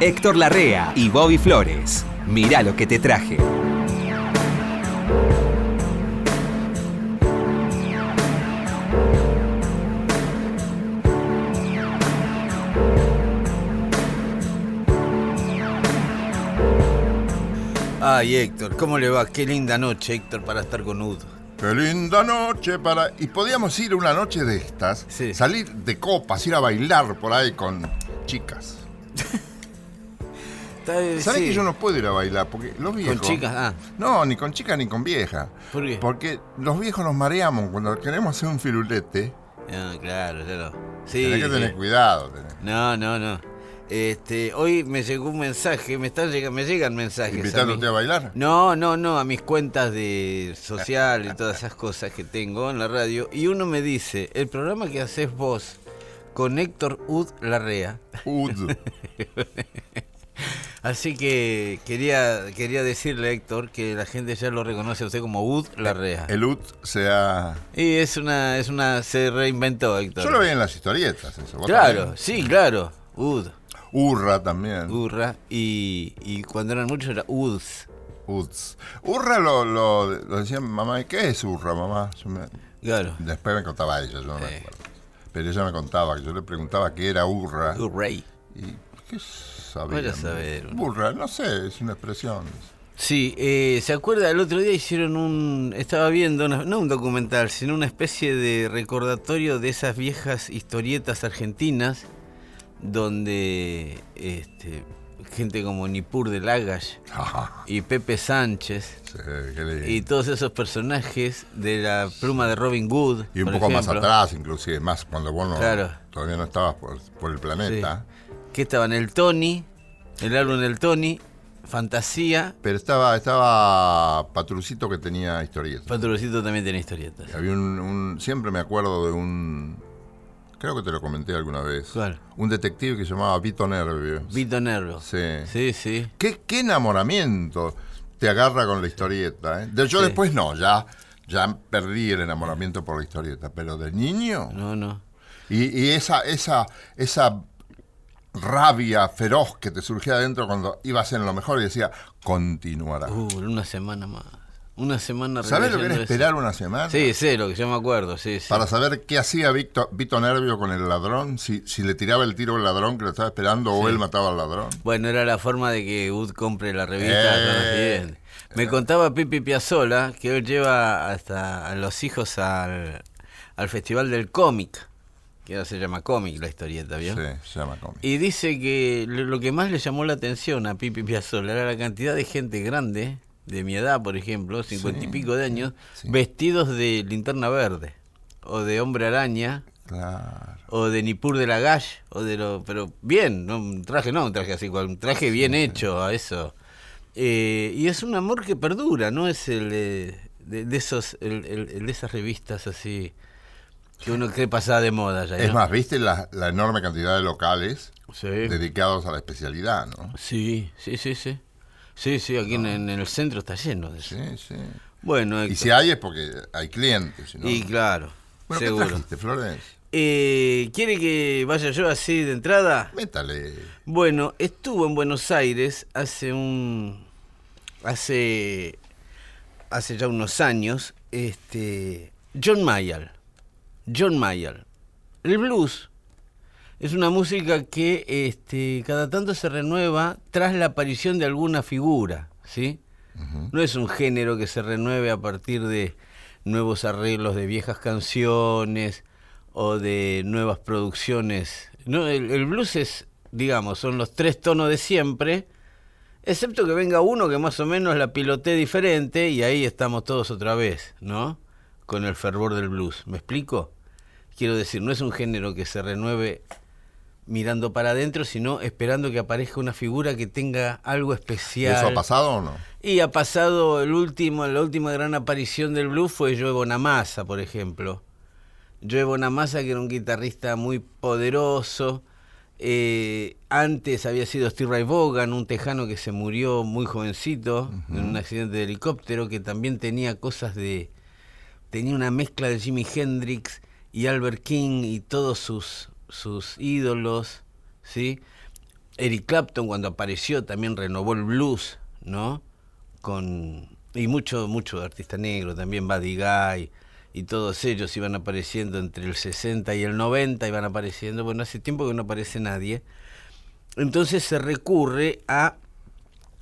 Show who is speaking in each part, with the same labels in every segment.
Speaker 1: Héctor Larrea y Bobby Flores. Mirá lo que te traje.
Speaker 2: Ay, Héctor, ¿cómo le va? Qué linda noche, Héctor, para estar con Ud.
Speaker 3: Qué linda noche para... Y podíamos ir una noche de estas,
Speaker 2: Sí.
Speaker 3: salir de copas, ir a bailar por ahí con chicas. ¿Sabés que yo no puedo ir a bailar? Porque los viejos...
Speaker 2: chicas? Ah.
Speaker 3: No, ni con chicas ni con viejas.
Speaker 2: ¿Por qué?
Speaker 3: Porque los viejos nos mareamos cuando queremos hacer un firulete.
Speaker 2: Ah, claro, claro. Sí,
Speaker 3: tenés que tener
Speaker 2: sí.
Speaker 3: cuidado. tenés.
Speaker 2: No, no, no. Este, hoy me llegó un mensaje, me están llega- me llegan mensajes. a mí.
Speaker 3: ¿Invitándote a bailar?
Speaker 2: No, no, no, a mis cuentas de social y todas esas cosas que tengo en la radio. Y uno me dice, el programa que haces vos con Héctor Ud Larrea.
Speaker 3: Ud.
Speaker 2: Así que quería, quería decirle, Héctor, que la gente ya lo reconoce a usted como Ud Larrea.
Speaker 3: El Ud se ha...
Speaker 2: Y es una, es una, se reinventó, Héctor.
Speaker 3: Yo lo veía en ¿eh? las historietas eso. ¿Vos
Speaker 2: Claro,
Speaker 3: también?
Speaker 2: sí, claro. Ud,
Speaker 3: Urra también.
Speaker 2: Urra. Y, y cuando eran muchos era Uds.
Speaker 3: Uds. Urra lo, lo, lo decía mi mamá, ¿qué es Urra, mamá? Yo me-
Speaker 2: Claro.
Speaker 3: después me contaba ella, yo no me
Speaker 2: Eh.
Speaker 3: acuerdo. Pero ella me contaba, que yo le preguntaba qué era Urra.
Speaker 2: Urrey.
Speaker 3: Y, ¿Qué sabía?
Speaker 2: Vaya a saber uno.
Speaker 3: Urra, no sé, es una expresión.
Speaker 2: Sí, eh, ¿se acuerda? El otro día hicieron un. Estaba viendo, una- no un documental, sino una especie de recordatorio de esas viejas historietas argentinas donde este, gente como Nipur de Lagash
Speaker 3: Ah,
Speaker 2: y Pepe Sánchez
Speaker 3: sí, qué lindo.
Speaker 2: y
Speaker 3: Y,
Speaker 2: todos esos personajes de la pluma de Robin Hood.
Speaker 3: un
Speaker 2: por
Speaker 3: poco más
Speaker 2: ejemplo.
Speaker 3: atrás, inclusive, más cuando vos no-
Speaker 2: Claro.
Speaker 3: todavía no estabas por, por el planeta.
Speaker 2: Sí. Que estaban el Tony, el álbum del Tony, Fantasía,
Speaker 3: Pero estaba, estaba Patrucito que tenía historietas.
Speaker 2: Patrulcito también tiene historietas.
Speaker 3: Había un, un- Siempre me acuerdo de un. Creo que te lo comenté alguna vez.
Speaker 2: ¿Cuál?
Speaker 3: Un detective que se llamaba Vito Nervio.
Speaker 2: Vito Nervo.
Speaker 3: Sí.
Speaker 2: Sí, sí.
Speaker 3: ¿Qué, qué enamoramiento te agarra con la historieta. ¿eh? De- yo
Speaker 2: Sí.
Speaker 3: después no, ya, ya perdí el enamoramiento por la historieta. Pero de niño.
Speaker 2: No, no.
Speaker 3: Y, y esa, esa, esa rabia feroz que te surgía adentro cuando ibas en lo mejor y decía, continuará.
Speaker 2: Uh, una semana más. Una semana
Speaker 3: ¿Sabes lo que era
Speaker 2: releyendo eso.
Speaker 3: esperar una semana?
Speaker 2: Sí, sé lo que yo me acuerdo, sí, sí.
Speaker 3: Para saber qué hacía Vito, Vito Nervio con el ladrón, si, si le tiraba el tiro al ladrón que lo estaba esperando o él mataba al ladrón.
Speaker 2: Bueno, era la forma de que Wood compre la revista.
Speaker 3: Eh.
Speaker 2: ¿no? Bien. Me contaba Pipi Piazzola que hoy lleva hasta a los hijos al, al Festival del Cómic, que ahora se llama cómic la historieta, ¿vio?
Speaker 3: Sí, se llama cómic.
Speaker 2: Y dice que lo lo que más le llamó la atención a Pipi Piazzolla era la cantidad de gente grande, de mi edad, por ejemplo, cincuenta y
Speaker 3: Sí,
Speaker 2: pico de años,
Speaker 3: sí.
Speaker 2: vestidos de linterna verde, o de hombre araña,
Speaker 3: Claro.
Speaker 2: o de Nipur de la Gash, o de lo. Pero bien, no un traje, no un traje así, cual- un traje bien hecho a eso. Eh, y es un amor que perdura, ¿no? Es el eh, de, de esos, el, el- el de esas revistas así que uno cree pasada de moda ya.
Speaker 3: Es
Speaker 2: ¿no?
Speaker 3: más, ¿viste la, la enorme cantidad de locales
Speaker 2: Sí.
Speaker 3: dedicados a la especialidad, no?
Speaker 2: Sí, sí, sí, sí. Sí, sí, aquí en, en el centro está lleno de eso.
Speaker 3: Ah. Sí, sí.
Speaker 2: Bueno,
Speaker 3: Y
Speaker 2: Héctor,
Speaker 3: si hay es porque hay clientes, si no-
Speaker 2: y claro,
Speaker 3: Bueno, ¿qué
Speaker 2: seguro.
Speaker 3: trajiste, Flores?
Speaker 2: Eh, ¿Quiere que vaya yo así de entrada?
Speaker 3: Métale.
Speaker 2: Bueno, estuvo en Buenos Aires hace un. hace. hace ya unos años. Este. John Mayall. John Mayall. El blues es una música que este, cada tanto se renueva tras la aparición de alguna figura, ¿sí? No es un género que se renueve a partir de nuevos arreglos de viejas canciones o de nuevas producciones. No, el, el blues es, digamos, son los tres tonos de siempre, excepto que venga uno que más o menos la pilotee diferente y ahí estamos todos otra vez, ¿no? Con el fervor del blues. ¿Me explico? Quiero decir, no es un género que se renueve mirando para adentro, sino esperando que aparezca una figura que tenga algo
Speaker 3: ¿Y
Speaker 2: especial.
Speaker 3: ¿Eso ha pasado o no?
Speaker 2: Y ha pasado el último, la última gran aparición del blues fue Joe Bonamassa, por ejemplo. Joe Bonamassa, que era un guitarrista muy poderoso. eh, antes había sido Steve Ray Vaughan, un tejano que se murió muy jovencito en un accidente de helicóptero, que también tenía cosas de. tenía una mezcla de Jimi Hendrix y Albert King y todos sus, sus ídolos, ¿sí? Eric Clapton cuando apareció también renovó el blues, ¿no? Con y mucho mucho artista negro también Buddy Guy y todos ellos iban apareciendo entre el 60 y el 90 iban apareciendo, bueno, hace tiempo que no aparece nadie. Entonces se recurre a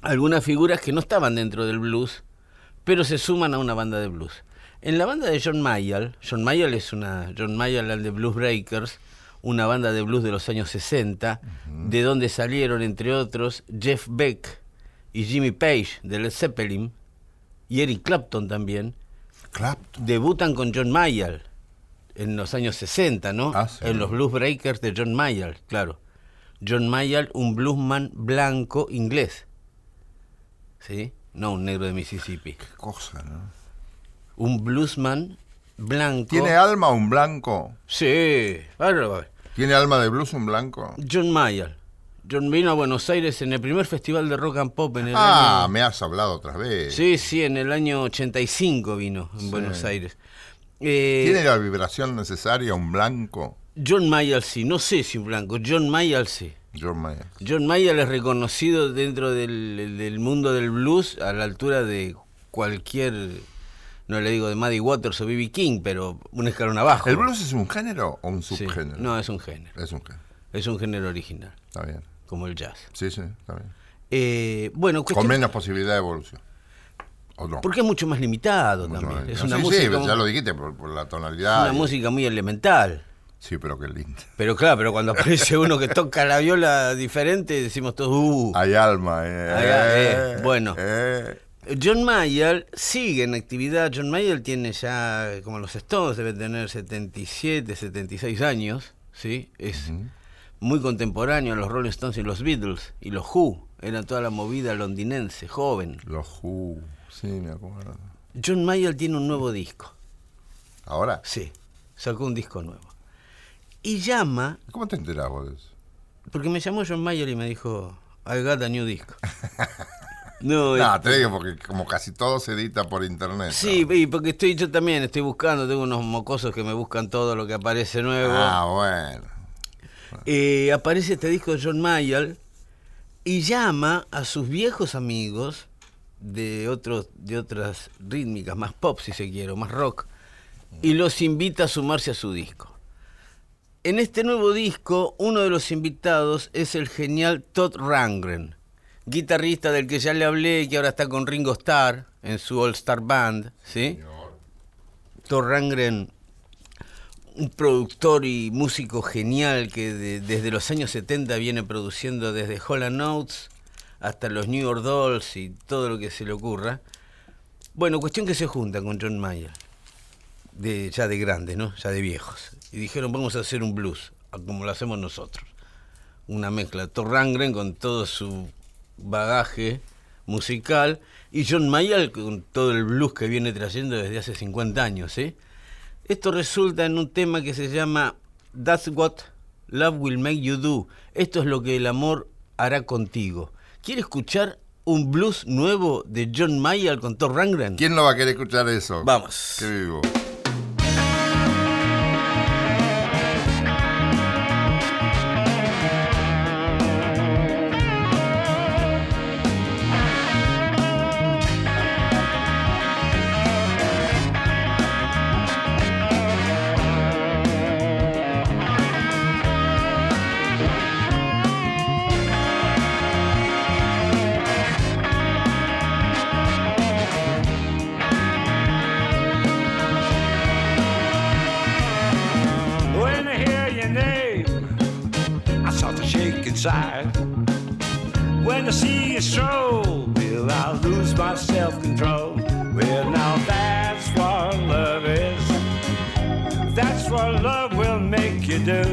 Speaker 2: algunas figuras que no estaban dentro del blues, pero se suman a una banda de blues. En la banda de John Mayall, John Mayall es una John Mayall and the Blues Breakers, una banda de blues de los años 60, de donde salieron entre otros Jeff Beck y Jimmy Page de Led Zeppelin y Eric Clapton también,
Speaker 3: Clapton.
Speaker 2: debutan con John Mayall en los años 60, ¿no?
Speaker 3: Ah, sí.
Speaker 2: En los Blues Breakers de John Mayall, claro. John Mayall, un bluesman blanco inglés. ¿Sí? No un negro de Mississippi.
Speaker 3: Qué cosa, ¿no?
Speaker 2: Un bluesman blanco.
Speaker 3: ¿Tiene alma un blanco?
Speaker 2: Sí, ahora lo va a ver.
Speaker 3: ¿Tiene alma de blues un blanco?
Speaker 2: John Mayall. John vino a Buenos Aires en el primer festival de rock and pop en el año-
Speaker 3: Ah, me has hablado otra vez.
Speaker 2: Sí, sí, en el año 85 vino en Buenos Aires. Eh,
Speaker 3: ¿Tiene la vibración necesaria un blanco?
Speaker 2: John Mayall sí, no sé si un blanco, John Mayall sí.
Speaker 3: John Mayer.
Speaker 2: John Mayall es reconocido dentro del, del mundo del blues a la altura de cualquier, no le digo de Maddie Waters o B.B. King, pero un escalón abajo.
Speaker 3: ¿El blues es un género o un
Speaker 2: Sí.
Speaker 3: subgénero?
Speaker 2: No, es un género,
Speaker 3: Es un género.
Speaker 2: es un género original,
Speaker 3: Está bien.
Speaker 2: como el jazz.
Speaker 3: Sí, sí, está bien.
Speaker 2: Eh, bueno,
Speaker 3: Con
Speaker 2: cuestión-
Speaker 3: menos posibilidad de evolución. ¿O no?
Speaker 2: porque es mucho más limitado
Speaker 3: Mucho
Speaker 2: también.
Speaker 3: más.
Speaker 2: Es una,
Speaker 3: sí, sí,
Speaker 2: música,
Speaker 3: ya lo dijiste por, por la tonalidad.
Speaker 2: una
Speaker 3: y-
Speaker 2: música muy elemental.
Speaker 3: Sí, pero qué lindo.
Speaker 2: Pero claro, pero cuando aparece uno que toca la viola diferente, decimos todos, uh.
Speaker 3: Hay alma. eh,
Speaker 2: Hay al- eh, bueno.
Speaker 3: eh.
Speaker 2: John Mayall sigue en actividad. John Mayall tiene ya, eh, como los Stones, debe tener 77, 76 años, ¿sí? Es
Speaker 3: Mm,
Speaker 2: muy contemporáneo a los Rolling Stones y los Beatles y los Who. Era toda la movida londinense, joven.
Speaker 3: Los Who. Sí, me acuerdo.
Speaker 2: John Mayall tiene un nuevo disco.
Speaker 3: Ahora,
Speaker 2: Sí, sacó un disco nuevo. Y llama,
Speaker 3: ¿cómo te enterás vos de eso?
Speaker 2: porque me llamó John Mayall y me dijo, I got a new disco. No, es-
Speaker 3: No, te digo porque como casi todo se edita por internet.
Speaker 2: Sí, y porque estoy yo también, estoy buscando, tengo unos mocosos que me buscan todo lo que aparece nuevo.
Speaker 3: Ah, bueno.
Speaker 2: Eh, aparece este disco de John Mayall y llama a sus viejos amigos de, otros, de otras rítmicas, más pop si se quiere, o más rock, y los invita a sumarse a su disco. En este nuevo disco, uno de los invitados es el genial Todd Rangren, guitarrista del que ya le hablé, que ahora está con Ringo Starr en su All Star Band, ¿sí? Thor Rangren, un productor y músico genial que de- desde los años 70 viene produciendo desde Holland Notes hasta los New York Dolls y todo lo que se le ocurra. Bueno, cuestión que se junta con John Mayer, de, ya de grandes, ¿no? Ya de viejos. Y dijeron, vamos a hacer un blues, a como lo hacemos nosotros. Una mezcla. Thor Rangren con todo su bagaje musical y John Mayer con todo el blues que viene trayendo desde hace 50 años, ¿eh? Esto resulta en un tema que se llama That's What Love Will Make You Do. Esto es lo que el amor hará contigo. ¿Quiere escuchar un blues nuevo de John Mayer con Thor Rangren?
Speaker 3: ¿Quién no va a querer escuchar eso?
Speaker 2: Vamos.
Speaker 3: Qué vivo.
Speaker 4: When I hear your name, I start to shake inside. When I see you stroll, will I lose my self control? Well, now that's what love is. That's what love will make you do.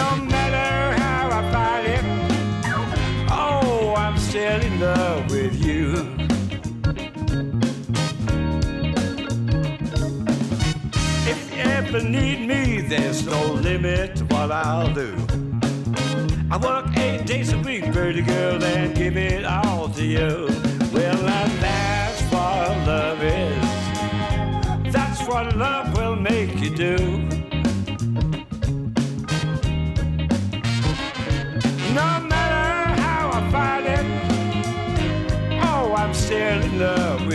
Speaker 4: No matter how I fight it, oh, I'm still in love with you. If you ever need me, there's no limit to what I'll do. I work eight days a week, pretty girl, and give it all to you. Well, now that's what love is. That's what love will make you do. oh,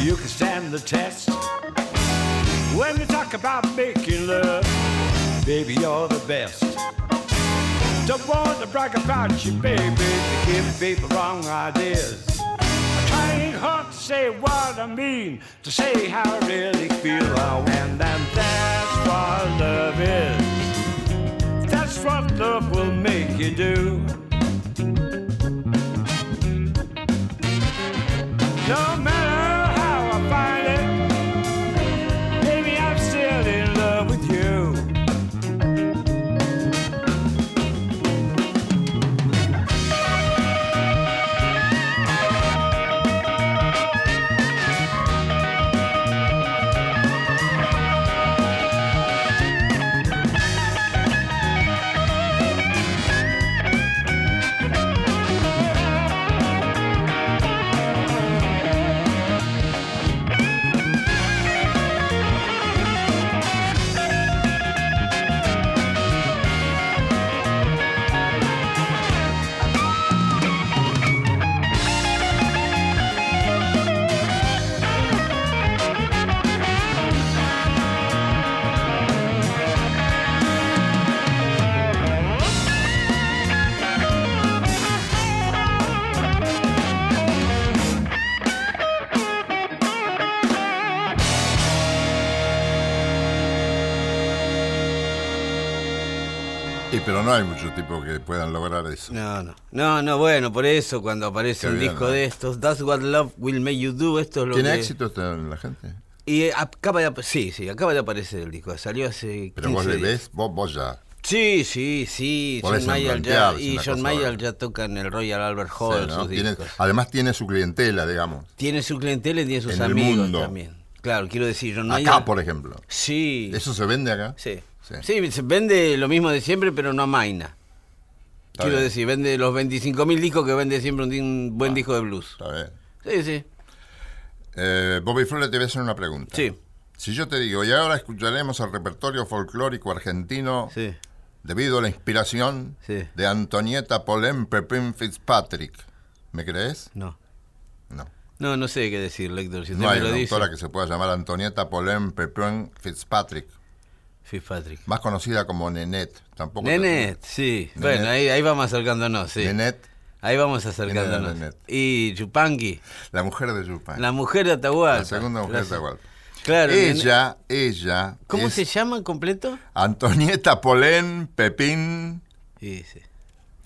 Speaker 4: you can stand the test. When you talk about making love, baby, you're the best. Don't want to brag about you, baby, to give people wrong ideas. I'm trying hard to say what I mean, to say how I really feel. Oh, and then that's what love is. That's what love will make you do. No matter how I find it, baby, I'm still in love with you.
Speaker 3: Y pero no hay muchos tipos que puedan lograr eso.
Speaker 2: No, no. No, no, bueno, por eso cuando aparece
Speaker 3: Qué
Speaker 2: un
Speaker 3: bien,
Speaker 2: disco
Speaker 3: ¿no?
Speaker 2: de estos, That's What Love Will Make You Do, esto es lo
Speaker 3: ¿Tiene
Speaker 2: que...
Speaker 3: éxito esta- la gente?
Speaker 2: Y eh, acaba de, ap- sí, sí, acaba de aparecer el disco, salió hace 15
Speaker 3: Pero vos le
Speaker 2: días.
Speaker 3: ves, vos, vos ya.
Speaker 2: Sí, sí, sí,
Speaker 3: Podés
Speaker 2: John Mayer ya,
Speaker 3: embrantear, es
Speaker 2: y
Speaker 3: una
Speaker 2: John
Speaker 3: cosa
Speaker 2: Mayer
Speaker 3: bárbara.
Speaker 2: ya toca en el Royal Albert Hall
Speaker 3: Sí, ¿no?
Speaker 2: sus
Speaker 3: Tiene-
Speaker 2: discos.
Speaker 3: además tiene su clientela, digamos.
Speaker 2: Tiene su clientela y tiene sus
Speaker 3: En el
Speaker 2: amigos
Speaker 3: mundo.
Speaker 2: también. Claro, quiero decir, John Mayer...
Speaker 3: Acá, por ejemplo.
Speaker 2: Sí,
Speaker 3: ¿Eso se vende acá?
Speaker 2: sí.
Speaker 3: Sí.
Speaker 2: Sí. se vende lo mismo de siempre, pero no amaina.
Speaker 3: Está
Speaker 2: Quiero
Speaker 3: bien, Ah.
Speaker 2: decir, vende los 25.000 discos que vende siempre un, di- un buen disco de blues.
Speaker 3: Está bien.
Speaker 2: Sí, sí.
Speaker 3: Eh, Bobby Flores, te voy a hacer una pregunta.
Speaker 2: Sí.
Speaker 3: Si yo te digo, y ahora escucharemos el repertorio folclórico argentino
Speaker 2: Sí.
Speaker 3: debido a la inspiración
Speaker 2: Sí.
Speaker 3: de Antonieta Polem Pepin Fitzpatrick. ¿Me crees?
Speaker 2: No.
Speaker 3: No.
Speaker 2: No, no sé qué decir, Héctor. Si usted
Speaker 3: No hay
Speaker 2: me lo
Speaker 3: una
Speaker 2: dice.
Speaker 3: autora que se pueda llamar Antonieta Polem Pepin Fitzpatrick,
Speaker 2: Fitzpatrick.
Speaker 3: más conocida como Nenet. Tampoco te-
Speaker 2: Nenet, sí.
Speaker 3: Nenet.
Speaker 2: Bueno, ahí, ahí vamos acercándonos, sí.
Speaker 3: Nenet,
Speaker 2: Ahí vamos acercándonos.
Speaker 3: Nenet.
Speaker 2: Y Chupanqui,
Speaker 3: la mujer de Yupan.
Speaker 2: la mujer de Atahualpa.
Speaker 3: La segunda mujer de Atahualpa.
Speaker 2: Claro. Nenet.
Speaker 3: ella, ella.
Speaker 2: ¿Cómo
Speaker 3: es
Speaker 2: se llama en completo?
Speaker 3: Antonieta Polén Pepín
Speaker 2: Sí, sí.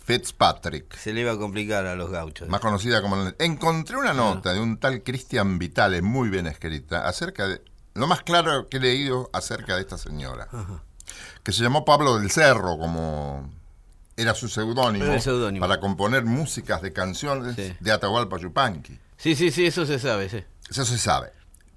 Speaker 3: Fitzpatrick.
Speaker 2: Se le iba a complicar a los gauchos.
Speaker 3: Más conocida como. Nenet. Encontré
Speaker 2: Ah.
Speaker 3: una nota de un tal Cristian Vitale, muy bien escrita, acerca de. Lo más claro que he leído acerca de esta señora. Que se llamó Pablo del Cerro, como. Era su
Speaker 2: Era
Speaker 3: seudónimo
Speaker 2: el seudónimo.
Speaker 3: para componer músicas de canciones
Speaker 2: Sí.
Speaker 3: de Atahualpa Yupanqui.
Speaker 2: Sí, sí, sí, eso se sabe, sí.
Speaker 3: Eso se sabe.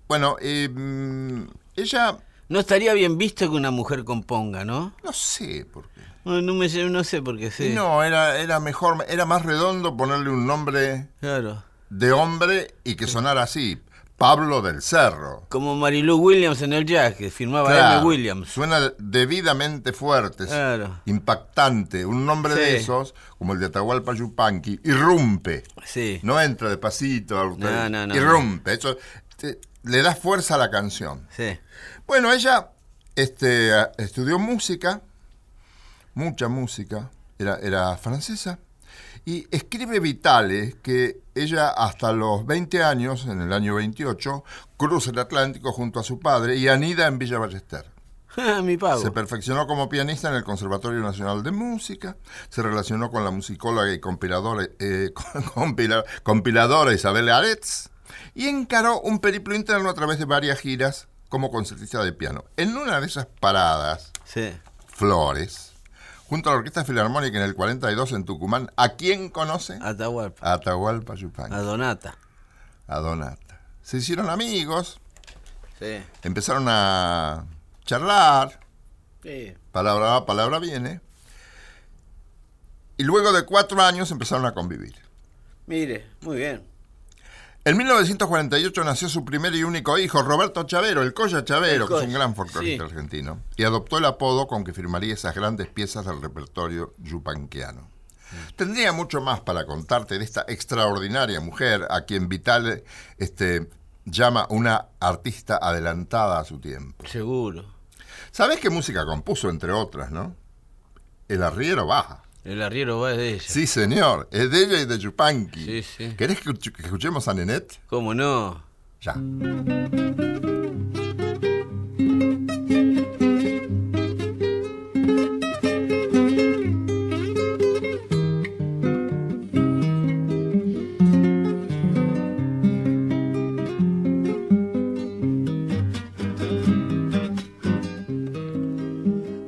Speaker 3: Bueno, eh, mm, ella.
Speaker 2: No estaría bien visto que una mujer componga, ¿no?
Speaker 3: No sé por qué.
Speaker 2: No, no me, sé- no sé por qué, sí.
Speaker 3: No, era, era mejor, era más redondo ponerle un nombre
Speaker 2: Claro.
Speaker 3: de hombre y que sonara así. Pablo del Cerro.
Speaker 2: Como Marilu Williams en el jazz, que firmaba
Speaker 3: Claro,
Speaker 2: M. Williams.
Speaker 3: Suena debidamente fuerte, es
Speaker 2: Claro.
Speaker 3: impactante. Un nombre de
Speaker 2: Sí.
Speaker 3: esos, como el de Atahualpa Yupanqui, irrumpe.
Speaker 2: Sí.
Speaker 3: No entra de pasito,
Speaker 2: No, no, no.
Speaker 3: irrumpe. Eso te- le da fuerza a la canción.
Speaker 2: Sí.
Speaker 3: Bueno, ella este, a- estudió música, mucha música, era, era francesa, y escribe Vitales que ella hasta los 20 años, en el año 28, cruza el Atlántico junto a su padre y anida en Villa Ballester.
Speaker 2: Ah, Mi pago.
Speaker 3: Se perfeccionó como pianista en el Conservatorio Nacional de Música, se relacionó con la musicóloga y compiladora, eh, con- compila- compiladora Isabel Aretz y encaró un periplo interno a través de varias giras como concertista de piano. En una de esas paradas,
Speaker 2: Sí.
Speaker 3: Flores, junto a la Orquesta Filarmónica en el 42 en Tucumán, ¿a quién conoce?
Speaker 2: Atahualpa.
Speaker 3: A Atahualpa Yupanqui,
Speaker 2: A Donata.
Speaker 3: a Donata. Se hicieron amigos,
Speaker 2: Sí.
Speaker 3: empezaron a charlar,
Speaker 2: Sí.
Speaker 3: Palabra va, palabra viene. Y luego de cuatro años empezaron a convivir.
Speaker 2: Mire, muy bien.
Speaker 3: En 1948 nació su primer y único hijo, Roberto Chavero, el Coya Chavero,
Speaker 2: El
Speaker 3: que es un
Speaker 2: Colla,
Speaker 3: gran folclorista
Speaker 2: sí.
Speaker 3: argentino, y adoptó el apodo con que firmaría esas grandes piezas del repertorio yupanquiano.
Speaker 2: Mm.
Speaker 3: Tendría mucho más para contarte de esta extraordinaria mujer a quien Vital este, llama una artista adelantada a su tiempo.
Speaker 2: Seguro.
Speaker 3: ¿Sabés qué música compuso, entre otras, no? El arriero baja.
Speaker 2: El arriero va de ella.
Speaker 3: Sí, señor. Es de ella y de Yupanqui.
Speaker 2: Sí, sí.
Speaker 3: ¿Querés que escuch- que escuchemos a Nenet?
Speaker 2: ¿Cómo no?
Speaker 3: Ya.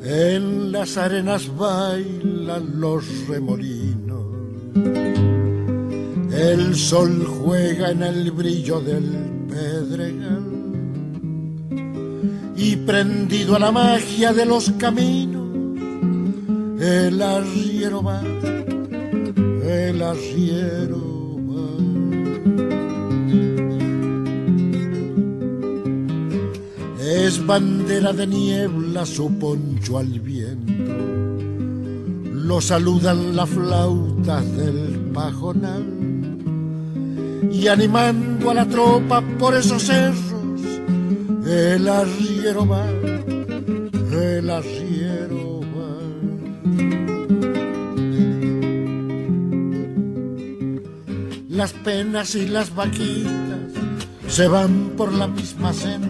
Speaker 5: En las arenas bailan los remolinos. El sol juega en el brillo del pedregal. Y prendido a la magia de los caminos, el arriero va, el arriero va. es bandera de niebla su poncho al viento. Lo saludan las flautas del pajonal y animando a la tropa por esos cerros, el arriero va, el arriero va. Las penas y las vaquitas se van por la misma senda.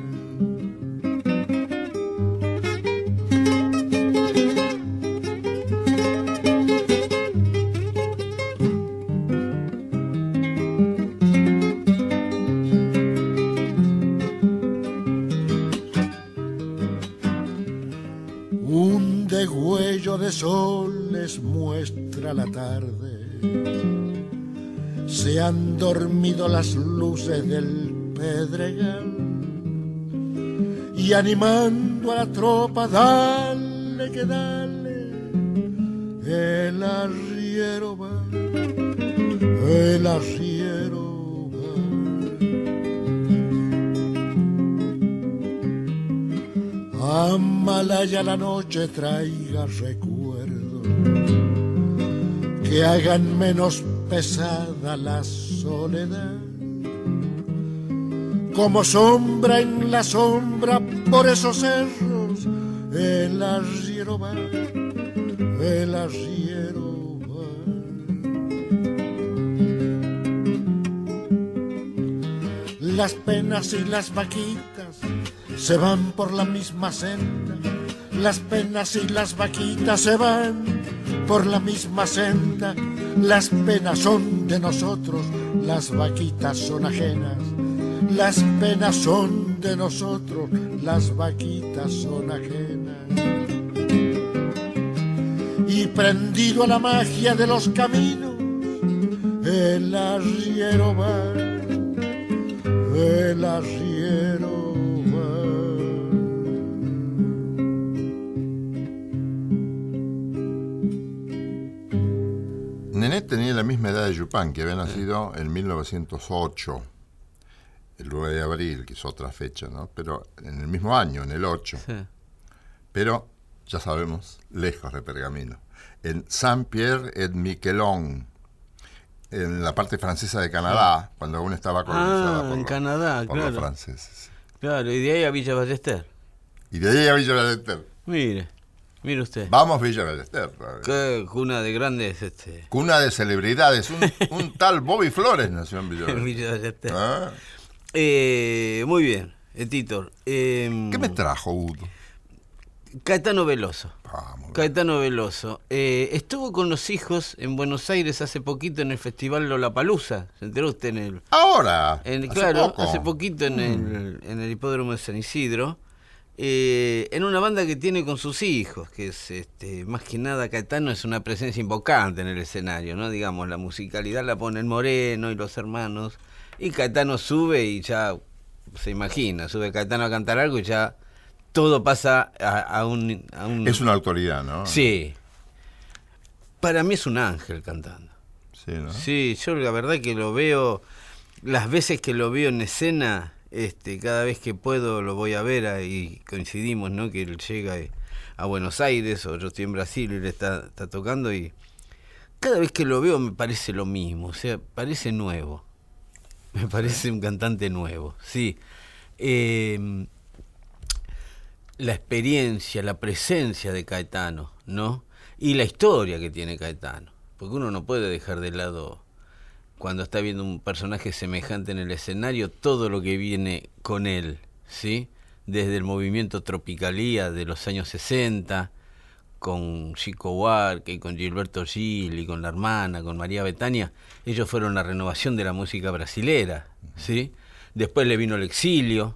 Speaker 5: Un degüello de sol les muestra la tarde. Se han dormido las luces del pedregal. Y animando a la tropa, dale que dale. El arriero va, el arriero va. Amalaya la noche traiga recuerdos que hagan menos pesada la soledad. Como sombra en la sombra por esos cerros, el arriero va, el arriero va. Las penas y las vaquitas se van por la misma senda. Las penas y las vaquitas se van por la misma senda. Las penas son de nosotros, las vaquitas son ajenas. Las penas son de nosotros, las vaquitas son ajenas. Y prendido a la magia de los caminos, el arriero va el arriero va.
Speaker 3: Nenet tenía la misma edad de Yupan, que había nacido en 1908, el 9 de abril, que es otra fecha, ¿no? Pero en el mismo año, en el 8.
Speaker 2: Sí.
Speaker 3: Pero, ya sabemos, lejos de Pergamino. En Saint-Pierre-et-Miquelon, en la parte francesa de Canadá, cuando aún estaba colonizada
Speaker 2: Ah,
Speaker 3: por,
Speaker 2: en
Speaker 3: los-
Speaker 2: Canadá,
Speaker 3: por
Speaker 2: claro.
Speaker 3: los franceses.
Speaker 2: Claro, y de ahí a Villa Ballester.
Speaker 3: Y de ahí a Villa Ballester.
Speaker 2: Mire, mire usted.
Speaker 3: Vamos, Villa Ballester. a ver.
Speaker 2: Qué cuna de grandes este.
Speaker 3: Cuna de celebridades. Un, un tal Bobby Flores nació en Villa Ballester.
Speaker 2: Villa Ballester.
Speaker 3: Ah,
Speaker 2: Eh, muy bien, eh, Titor. Eh,
Speaker 3: ¿Qué me trajo, Udo?
Speaker 2: Caetano Veloso.
Speaker 3: Vamos.
Speaker 2: Caetano Veloso. eh, estuvo con los hijos en Buenos Aires hace poquito en el festival Lollapalooza. ¿Se enteró usted en el
Speaker 3: Ahora.
Speaker 2: En-
Speaker 3: hace
Speaker 2: claro,
Speaker 3: poco.
Speaker 2: hace poquito en el, en el hipódromo de San Isidro, eh, en una banda que tiene con sus hijos, que es este, más que nada Caetano es una presencia invocante en el escenario, ¿no? Digamos, la musicalidad la pone el Moreno y los hermanos, y Caetano sube y ya se imagina, sube Caetano a cantar algo y ya todo pasa a, a un, a un-
Speaker 3: Es una autoridad, ¿no?
Speaker 2: Sí. Para mí es un ángel cantando.
Speaker 3: Sí, ¿no?
Speaker 2: Sí, yo la verdad que lo veo las veces que lo veo en escena, este, cada vez que puedo lo voy a ver a- y coincidimos, ¿no? Que él llega eh, a Buenos Aires o yo estoy en Brasil y él está, está tocando y cada vez que lo veo me parece lo mismo, o sea, parece nuevo. Me parece un cantante nuevo, sí. Eh, la experiencia, la presencia de Caetano, ¿no? Y la historia que tiene Caetano, porque uno no puede dejar de lado cuando está viendo un personaje semejante en el escenario, todo lo que viene con él, ¿sí? Desde el movimiento Tropicalía de los años 60, con Chico Huarque, con Gilberto Gil y con la hermana, con María Betania, ellos fueron la renovación de la música brasilera, ¿sí? Después le vino el exilio,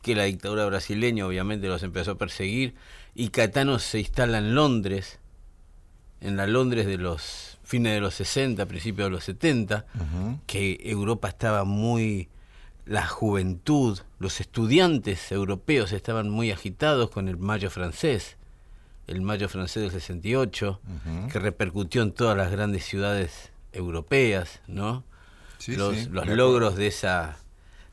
Speaker 2: que la dictadura brasileña obviamente los empezó a perseguir, y Catano se instala en Londres, en la Londres de los fines de los 60, principios de los 70, que Europa estaba muy, la juventud, los estudiantes europeos estaban muy agitados con el mayo francés, el mayo francés del 68, que repercutió en todas las grandes ciudades europeas, ¿no?
Speaker 3: Sí,
Speaker 2: los
Speaker 3: sí,
Speaker 2: los
Speaker 3: me acuerdo.
Speaker 2: logros de esa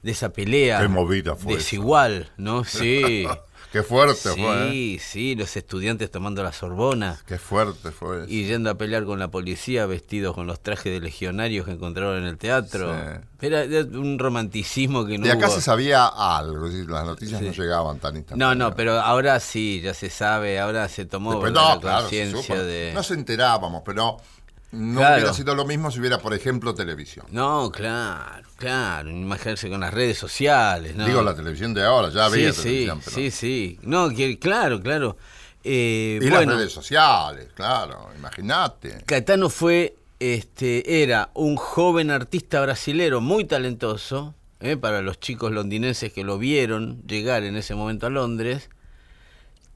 Speaker 2: de esa pelea
Speaker 6: Qué movida fue
Speaker 2: desigual, ¿no? Sí.
Speaker 3: Qué fuerte fue. ¿eh?
Speaker 2: sí, sí, los estudiantes tomando la Sorbona.
Speaker 3: Qué fuerte fue. eso.
Speaker 2: Y yendo a pelear con la policía vestidos con los trajes de legionarios que encontraron en el teatro.
Speaker 3: Sí.
Speaker 2: Era, era un romanticismo que no
Speaker 3: de acá
Speaker 2: hubo.
Speaker 3: se sabía algo, es decir, las noticias no llegaban tan
Speaker 2: No,
Speaker 3: instantáneas.
Speaker 2: no, pero ahora sí, ya se sabe, ahora se tomó
Speaker 3: Después,
Speaker 2: ¿verdad?
Speaker 3: no,
Speaker 2: la
Speaker 3: claro, se
Speaker 2: conciencia
Speaker 3: supo.
Speaker 2: de...
Speaker 3: No se enterábamos, pero no
Speaker 2: Claro.
Speaker 3: hubiera sido lo mismo si hubiera, por ejemplo, televisión.
Speaker 2: No, claro, claro, imaginarse con las redes sociales, ¿no?
Speaker 3: Digo la televisión de ahora, ya había
Speaker 2: sí, sí,
Speaker 3: televisión, pero-
Speaker 2: sí, sí. No, que, claro, claro. Eh,
Speaker 3: Y
Speaker 2: bueno,
Speaker 3: las redes sociales, claro, imagínate.
Speaker 2: Caetano fue, este, era un joven artista brasilero muy talentoso, ¿eh? para los chicos londinenses que lo vieron llegar en ese momento a Londres,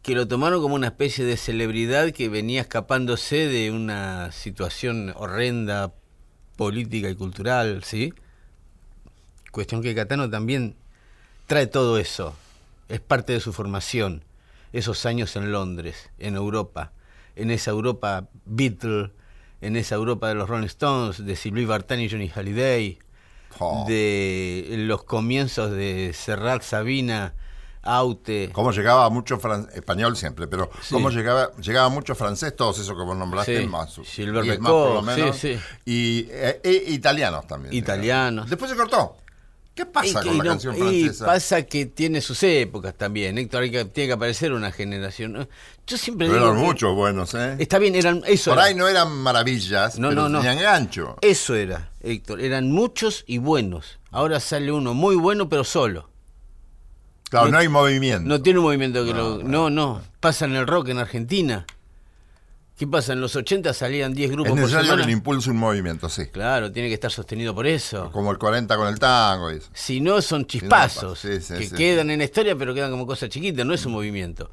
Speaker 2: que lo tomaron como una especie de celebridad que venía escapándose de una situación horrenda política y cultural, ¿sí? Cuestión que Catano también trae todo eso. Es parte de su formación. Esos años en Londres, en Europa, en esa Europa Beatle, en esa Europa de los Rolling Stones, de Sylvie Vartan y Johnny Halliday,
Speaker 3: Oh,
Speaker 2: de los comienzos de Serrat Sabina, Aute.
Speaker 3: Cómo llegaba mucho fran- español siempre, pero
Speaker 2: Sí.
Speaker 3: cómo llegaba llegaba mucho francés, todos esos que vos nombraste,
Speaker 2: Sí.
Speaker 3: más, su-
Speaker 2: Gilbert
Speaker 3: diez
Speaker 2: Becot,
Speaker 3: por lo menos,
Speaker 2: sí, sí.
Speaker 3: y eh, e- italianos también. digamos.
Speaker 2: Italianos.
Speaker 3: Después se cortó. ¿Qué pasa
Speaker 2: que
Speaker 3: con la
Speaker 2: no-
Speaker 3: canción
Speaker 2: y
Speaker 3: francesa?
Speaker 2: pasa que tiene sus épocas también, Héctor, hay que, tiene que aparecer una generación. ¿no? Yo siempre
Speaker 3: Pero
Speaker 2: digo
Speaker 3: eran
Speaker 2: que-
Speaker 3: muchos buenos, ¿eh?
Speaker 2: Está bien, eran eso.
Speaker 3: Por
Speaker 2: era.
Speaker 3: ahí no eran maravillas,
Speaker 2: No,
Speaker 3: pero
Speaker 2: no, Eh, no.
Speaker 3: tenían gancho.
Speaker 2: Eso era, Héctor. Eran muchos y buenos. Ahora sale uno muy bueno, pero solo.
Speaker 3: Claro,
Speaker 2: no-
Speaker 3: no, hay movimiento.
Speaker 2: No tiene un movimiento que
Speaker 3: No,
Speaker 2: lo. No, no. Pasa en el rock en Argentina. ¿Qué pasa? En los 80 salían 10
Speaker 3: es
Speaker 2: grupos por
Speaker 3: necesario que
Speaker 2: semana.
Speaker 3: le impulse un movimiento, sí.
Speaker 2: Claro, tiene que estar sostenido por eso.
Speaker 3: Como el 40 con el tango y eso.
Speaker 2: Si no, son chispazos
Speaker 3: Sí, sí,
Speaker 2: que
Speaker 3: sí.
Speaker 2: quedan en la historia, pero quedan como cosas chiquitas. No es un movimiento.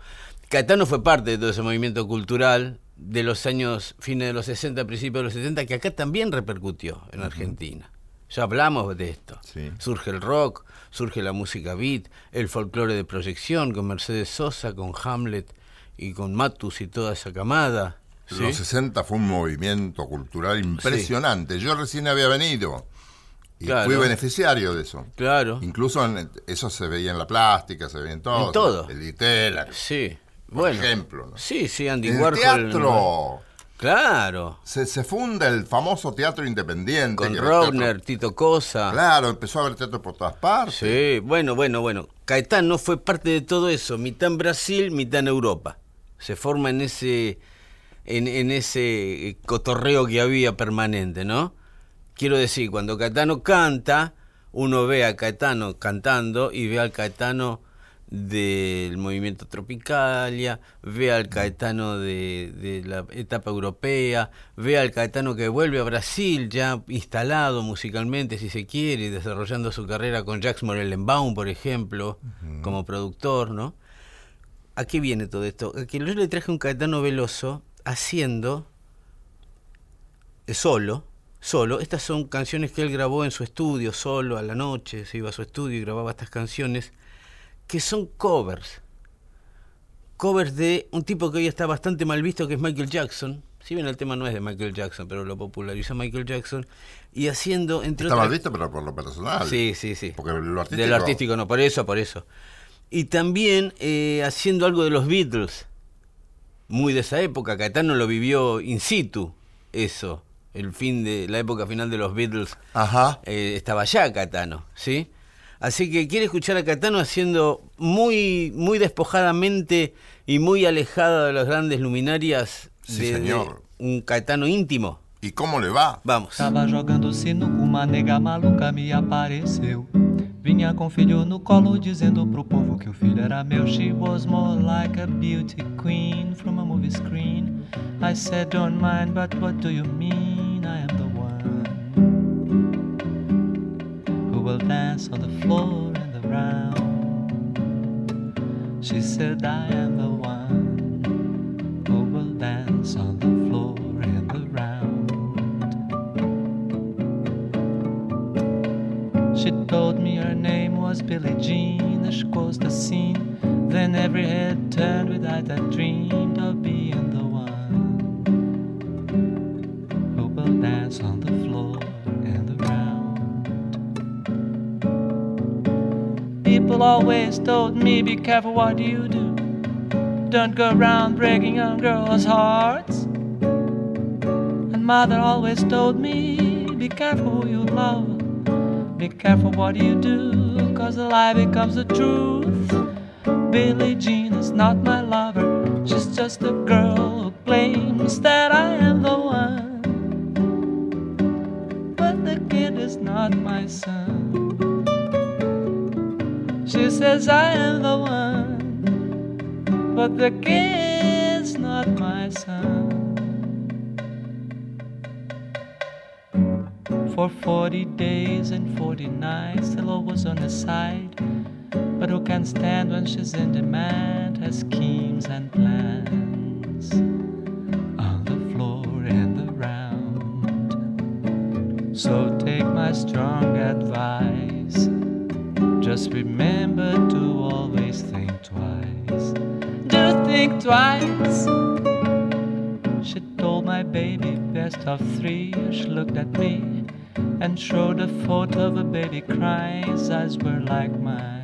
Speaker 2: Catano fue parte de todo ese movimiento cultural de los años fines de los 60, principios de los 70, que acá también repercutió en Argentina. Ya hablamos de esto.
Speaker 3: Sí.
Speaker 2: Surge el rock, surge la música beat, el folclore de proyección con Mercedes Sosa, con Hamlet y con Matus y toda esa camada. ¿sí?
Speaker 3: Los 60 fue un movimiento cultural impresionante. Yo recién había venido y
Speaker 2: Claro.
Speaker 3: fui beneficiario de eso.
Speaker 2: Claro.
Speaker 3: Incluso en- eso se veía en la plástica, se veía en todo.
Speaker 2: En todo.
Speaker 3: El Ditela.
Speaker 2: Sí.
Speaker 3: Por
Speaker 2: bueno.
Speaker 3: ejemplo, ¿no?
Speaker 2: Sí, sí, Andy
Speaker 3: En el
Speaker 2: Warhol.
Speaker 3: teatro.
Speaker 2: Claro.
Speaker 3: Se, se funda el famoso teatro independiente.
Speaker 2: Con
Speaker 3: que era el
Speaker 2: Robner,
Speaker 3: teatro-
Speaker 2: Tito Cosa.
Speaker 3: Claro, empezó a haber teatro por todas partes.
Speaker 2: Sí, bueno, bueno, bueno. Caetano fue parte de todo eso, mitad en Brasil, mitad en Europa. Se forma en ese, en, en ese eh, cotorreo que había permanente, ¿no? Quiero decir, cuando Caetano canta, uno ve a Caetano cantando y ve al Caetano del movimiento Tropicalia, ve al Caetano de, de la etapa europea, ve al Caetano que vuelve a Brasil ya instalado musicalmente, si se quiere, y desarrollando su carrera con Jacques Morellenbaum, por ejemplo, como productor, ¿no? ¿A qué viene todo esto? A que yo le traje un Caetano Veloso haciendo eh, solo, solo. Estas son canciones que él grabó en su estudio, solo, a la noche, se iba a su estudio y grababa estas canciones, que son covers. Covers de un tipo que hoy está bastante mal visto, que es Michael Jackson, Si bien el tema no es de Michael Jackson, pero lo popularizó Michael Jackson. Y haciendo, entre
Speaker 3: Está mal
Speaker 2: otras-
Speaker 3: visto, pero por lo personal.
Speaker 2: Sí, sí, sí.
Speaker 3: Porque lo artístico.
Speaker 2: De lo artístico, no, por eso, por eso. Y también eh, haciendo algo de los Beatles, muy de esa época. Caetano lo vivió in situ, eso. El fin de la época final de los Beatles
Speaker 3: Ajá.
Speaker 2: eh, estaba ya Catano, ¿sí? Así que quiere escuchar a Catano haciendo muy, muy despojadamente y muy alejada de las grandes luminarias
Speaker 3: Sí,
Speaker 2: de- de
Speaker 3: señor.
Speaker 2: un Catano íntimo.
Speaker 3: ¿Y cómo le va?
Speaker 2: Vamos.
Speaker 6: Tava jogando sinuca, uma nega maluca me apareceu. Vinha com o filho no colo, dizendo pro povo que o filho era meu. She was more like a beauty queen from a movie screen. I said, don't mind, but what do you mean? I am the one who will dance on the floor and around. She said, I am the one who will dance on the floor and around. She told me her name was Billie Jean as she crossed the scene. Then every head turned with eyes that dreamed of being the one who will dance on the floor and around. People always told me, be careful what you do. Don't go around breaking young girls' hearts. And mother always told me, be careful who you love. Be careful what you do, cause the lie becomes the truth. Billie Jean is not my lover, she's just a girl who claims that I am the one. But the kid is not my son. She says I am the one, but the kid's not my son. For 40 days and 40 nights, the law was on his side. But who can stand when she's in demand? Her schemes and plans on the floor and around. So take my strong advice. Just remember to always think twice. Do think twice. She told my baby best of three. She looked at me and showed a photo of a baby crying. His eyes were like mine.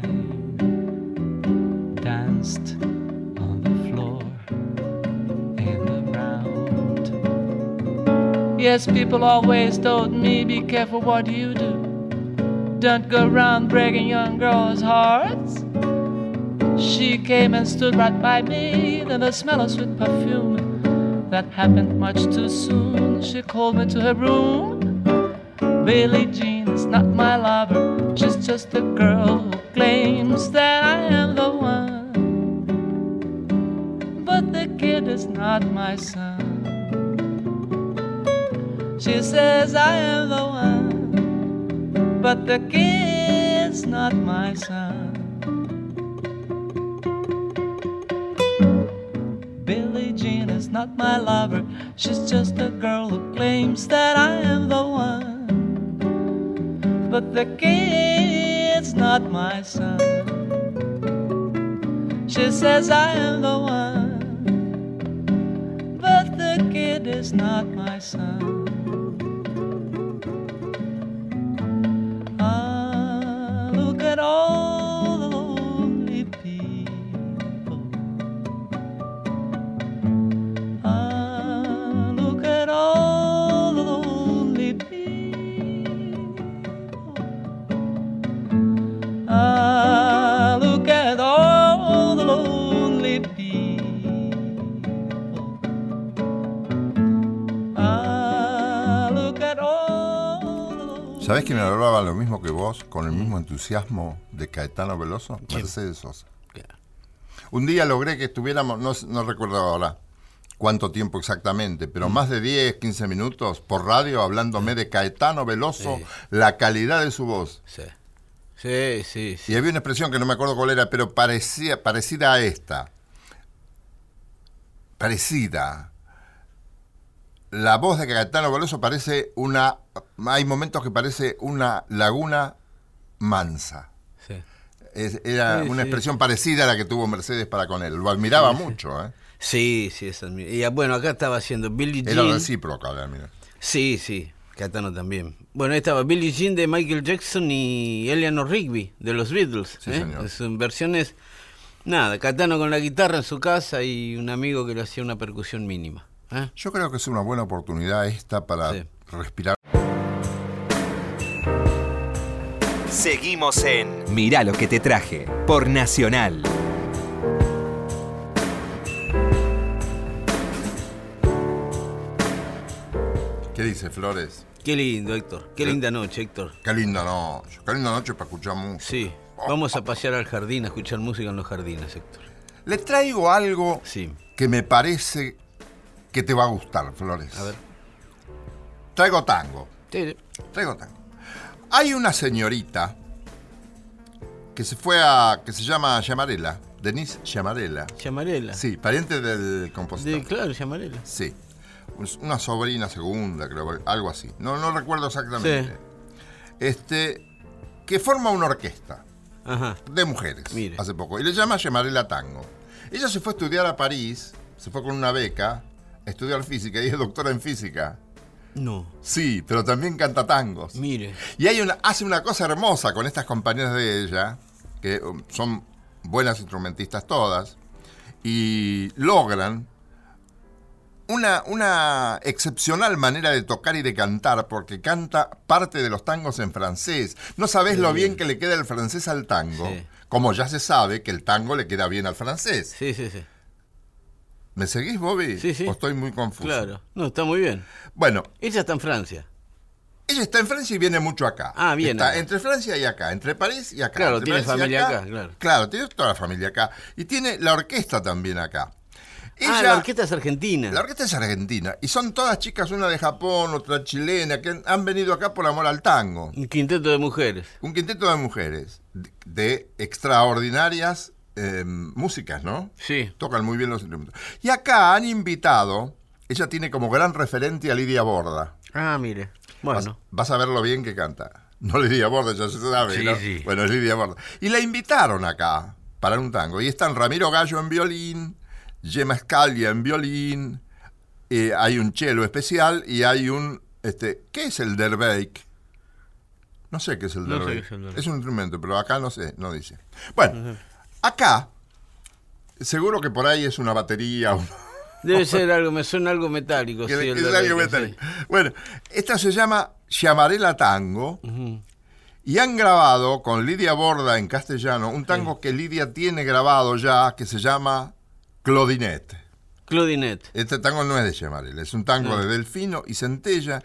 Speaker 6: Danced on the floor and around. Yes, people always told me be careful what you do. Don't go around breaking young girls' hearts. She came and stood right by me. Then the smell of sweet perfume that happened much too soon. She called me to her room. Billie Jean is not my lover. She's just a girl who claims that I am the one. But the kid is not my son. She says I am the one. But the kid's not my son. Billie Jean is not my lover. She's just a girl who claims that I am the one. But the kid's not my son. She says I am the one. But the kid is not my son. Ah, look at all the lonely people. Ah, look at all the lonely people. Ah, look at all the lonely people. Ah, look at all the lonely
Speaker 3: ¿Sabés que me hablaba lo mismo que vos, con el mismo entusiasmo de Caetano Veloso? Mercedes Sosa. Un día logré que estuviéramos, no, no recuerdo ahora cuánto tiempo exactamente, pero más de 10, 15 minutos por radio hablándome de Caetano Veloso,
Speaker 2: Sí.
Speaker 3: la calidad de su voz.
Speaker 2: Sí, sí, sí. sí.
Speaker 3: Y había una expresión que no me acuerdo cuál era, pero parecía, parecida a esta. Parecida. La voz de Caetano Veloso parece una... Hay momentos que parece una laguna mansa.
Speaker 2: sí.
Speaker 3: Es- era
Speaker 2: Sí,
Speaker 3: una
Speaker 2: sí.
Speaker 3: expresión parecida a la que tuvo Mercedes para con él. Lo admiraba mucho, ¿eh?
Speaker 2: Sí, sí, es admir- y, ah, bueno, acá estaba haciendo Billie
Speaker 3: Era
Speaker 2: Jean.
Speaker 3: recíproca la admiración.
Speaker 2: Sí, sí, Catano también. Bueno, ahí estaba Billie Jean de Michael Jackson y Eleanor Rigby de los Beatles.
Speaker 3: Sí,
Speaker 2: ¿eh?
Speaker 3: señor.
Speaker 2: Son versiones. Nada, Catano con la guitarra en su casa y un amigo que le hacía una percusión mínima. ¿eh?
Speaker 3: Yo creo que es una buena oportunidad esta para
Speaker 2: Sí.
Speaker 3: respirar.
Speaker 1: Seguimos en Mirá lo que te traje por Nacional.
Speaker 3: ¿Qué dice Flores?
Speaker 2: Qué lindo, Héctor. Qué linda noche, Héctor.
Speaker 3: Qué linda noche. Qué linda noche para escuchar música.
Speaker 2: Sí, vamos a pasear al jardín, a escuchar música en los jardines, Héctor.
Speaker 3: Le traigo algo
Speaker 2: Sí,
Speaker 3: que me parece que te va a gustar, Flores.
Speaker 2: a ver.
Speaker 3: Traigo tango.
Speaker 2: Sí,
Speaker 3: Traigo tango. Hay una señorita que se fue a. que se llama Llamarela. Denise Llamarela.
Speaker 2: Llamarela.
Speaker 3: Sí, pariente del
Speaker 2: De-
Speaker 3: compositor.
Speaker 2: claro, Llamarela.
Speaker 3: Sí. Pues Una sobrina segunda, creo, algo así. No, no recuerdo exactamente. Este. Que forma una orquesta
Speaker 2: Ajá.
Speaker 3: de mujeres
Speaker 2: Mire.
Speaker 3: hace poco. Y le llama Llamarela Tango. Ella se fue a estudiar a París, se fue con una beca, a estudiar física y es doctora en física.
Speaker 2: No,
Speaker 3: Sí, pero también canta tangos.
Speaker 2: mire.
Speaker 3: Y hay una, hace una cosa hermosa con estas compañeras de ella, que um, son buenas instrumentistas todas, y logran una, una excepcional manera de tocar y de cantar, porque canta parte de los tangos en francés. No sabés lo bien que le queda el francés al tango,
Speaker 2: Sí.
Speaker 3: como ya se sabe que el tango le queda bien al francés.
Speaker 2: Sí, sí, sí.
Speaker 3: ¿Me seguís, Bobby?
Speaker 2: Sí, sí.
Speaker 3: ¿O estoy muy confuso?
Speaker 2: Claro. No, está muy bien.
Speaker 3: Bueno,
Speaker 2: Ella está en Francia.
Speaker 3: Ella está en Francia y viene mucho acá.
Speaker 2: Ah, viene
Speaker 3: Está
Speaker 2: acá.
Speaker 3: entre Francia y acá, entre París y acá.
Speaker 2: Claro,
Speaker 3: entre
Speaker 2: tiene
Speaker 3: París y
Speaker 2: familia acá, claro.
Speaker 3: tiene toda la familia acá. Y tiene la orquesta también acá.
Speaker 2: ah, la orquesta es argentina.
Speaker 3: la orquesta es argentina. Y son todas chicas, una de Japón, otra chilena, que han- han venido acá por amor al tango.
Speaker 2: Un quinteto de mujeres.
Speaker 3: Un quinteto de mujeres, de, de extraordinarias eh, músicas, ¿no?
Speaker 2: Sí.
Speaker 3: Tocan muy bien los instrumentos. Y acá han invitado, ella tiene como gran referente a Lidia Borda.
Speaker 2: Ah, mire. Bueno.
Speaker 3: Vas, vas a ver lo bien que canta. No Lidia Borda, ya se sabe.
Speaker 2: Sí,
Speaker 3: ¿no?
Speaker 2: sí.
Speaker 3: Bueno, es Lidia Borda. Y la invitaron acá para un tango. Y están Ramiro Gallo en violín, Gemma Scalia en violín, eh, hay un cello especial y hay un... Este, ¿Qué es el derbeik? No sé qué es el
Speaker 2: No sé
Speaker 3: derbeik.
Speaker 2: qué es el
Speaker 3: es,
Speaker 2: derbeik.
Speaker 3: un instrumento, pero acá no sé, no dice. Bueno, acá, seguro que por ahí es una batería, un-
Speaker 2: Debe ser algo, me suena algo metálico.
Speaker 3: que-
Speaker 2: sí, el
Speaker 3: que
Speaker 2: de
Speaker 3: es algo
Speaker 2: Reiki,
Speaker 3: metálico. Bueno, esta se llama Llamarela Tango. Y han grabado con Lidia Borda en castellano un tango que Lidia tiene grabado ya que se llama Claudinette.
Speaker 2: sí. Claudinette.
Speaker 3: Este tango no es de Llamarela, es un tango de Delfino y Centella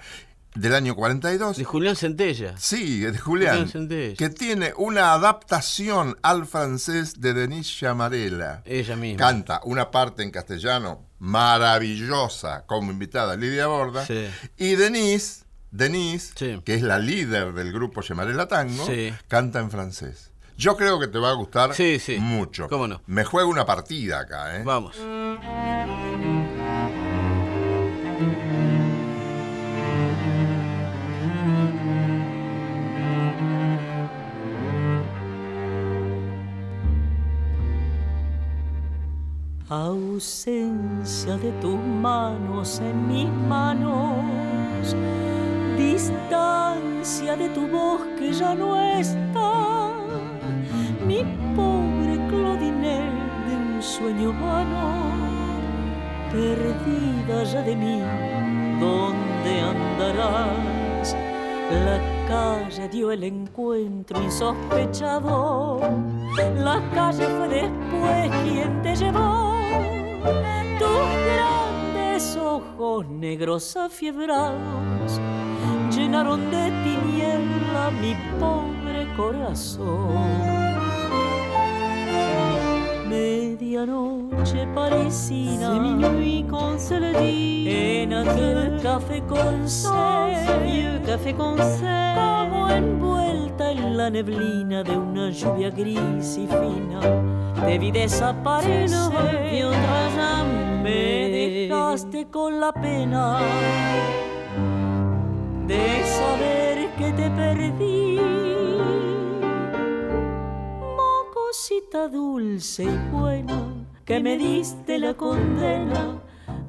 Speaker 3: del año 42.
Speaker 2: De Julián Centella.
Speaker 3: Sí, es de
Speaker 2: Julián
Speaker 3: Julián,
Speaker 2: Centella.
Speaker 3: que tiene una adaptación al francés de Denise Llamarela.
Speaker 2: Ella misma.
Speaker 3: Canta una parte en castellano maravillosa como invitada Lidia Borda.
Speaker 2: Sí.
Speaker 3: Y Denise, Denise
Speaker 2: Sí.
Speaker 3: que es la líder del grupo Llamarela Tango,
Speaker 2: Sí.
Speaker 3: canta en francés. Yo creo que te va a gustar
Speaker 2: Sí, sí.
Speaker 3: mucho.
Speaker 2: Cómo no.
Speaker 3: Me juego una partida acá, ¿eh?
Speaker 2: Vamos.
Speaker 7: ausencia de tus manos en mis manos, distancia de tu voz que ya no está, mi pobre Claudinel de un sueño vano, perdida ya de mí, ¿dónde andarás? La calle dio el encuentro insospechado. La calle fue después quien te llevó. Tus grandes ojos negros afiebrados llenaron de tiniebla mi pobre corazón. Medianoche parisina, en aquel café con café como envuelta en la neblina de una lluvia gris y fina. Te vi desaparecer, me dejaste con la pena de saber que te perdí.
Speaker 8: cosita dulce y buena que me diste la condena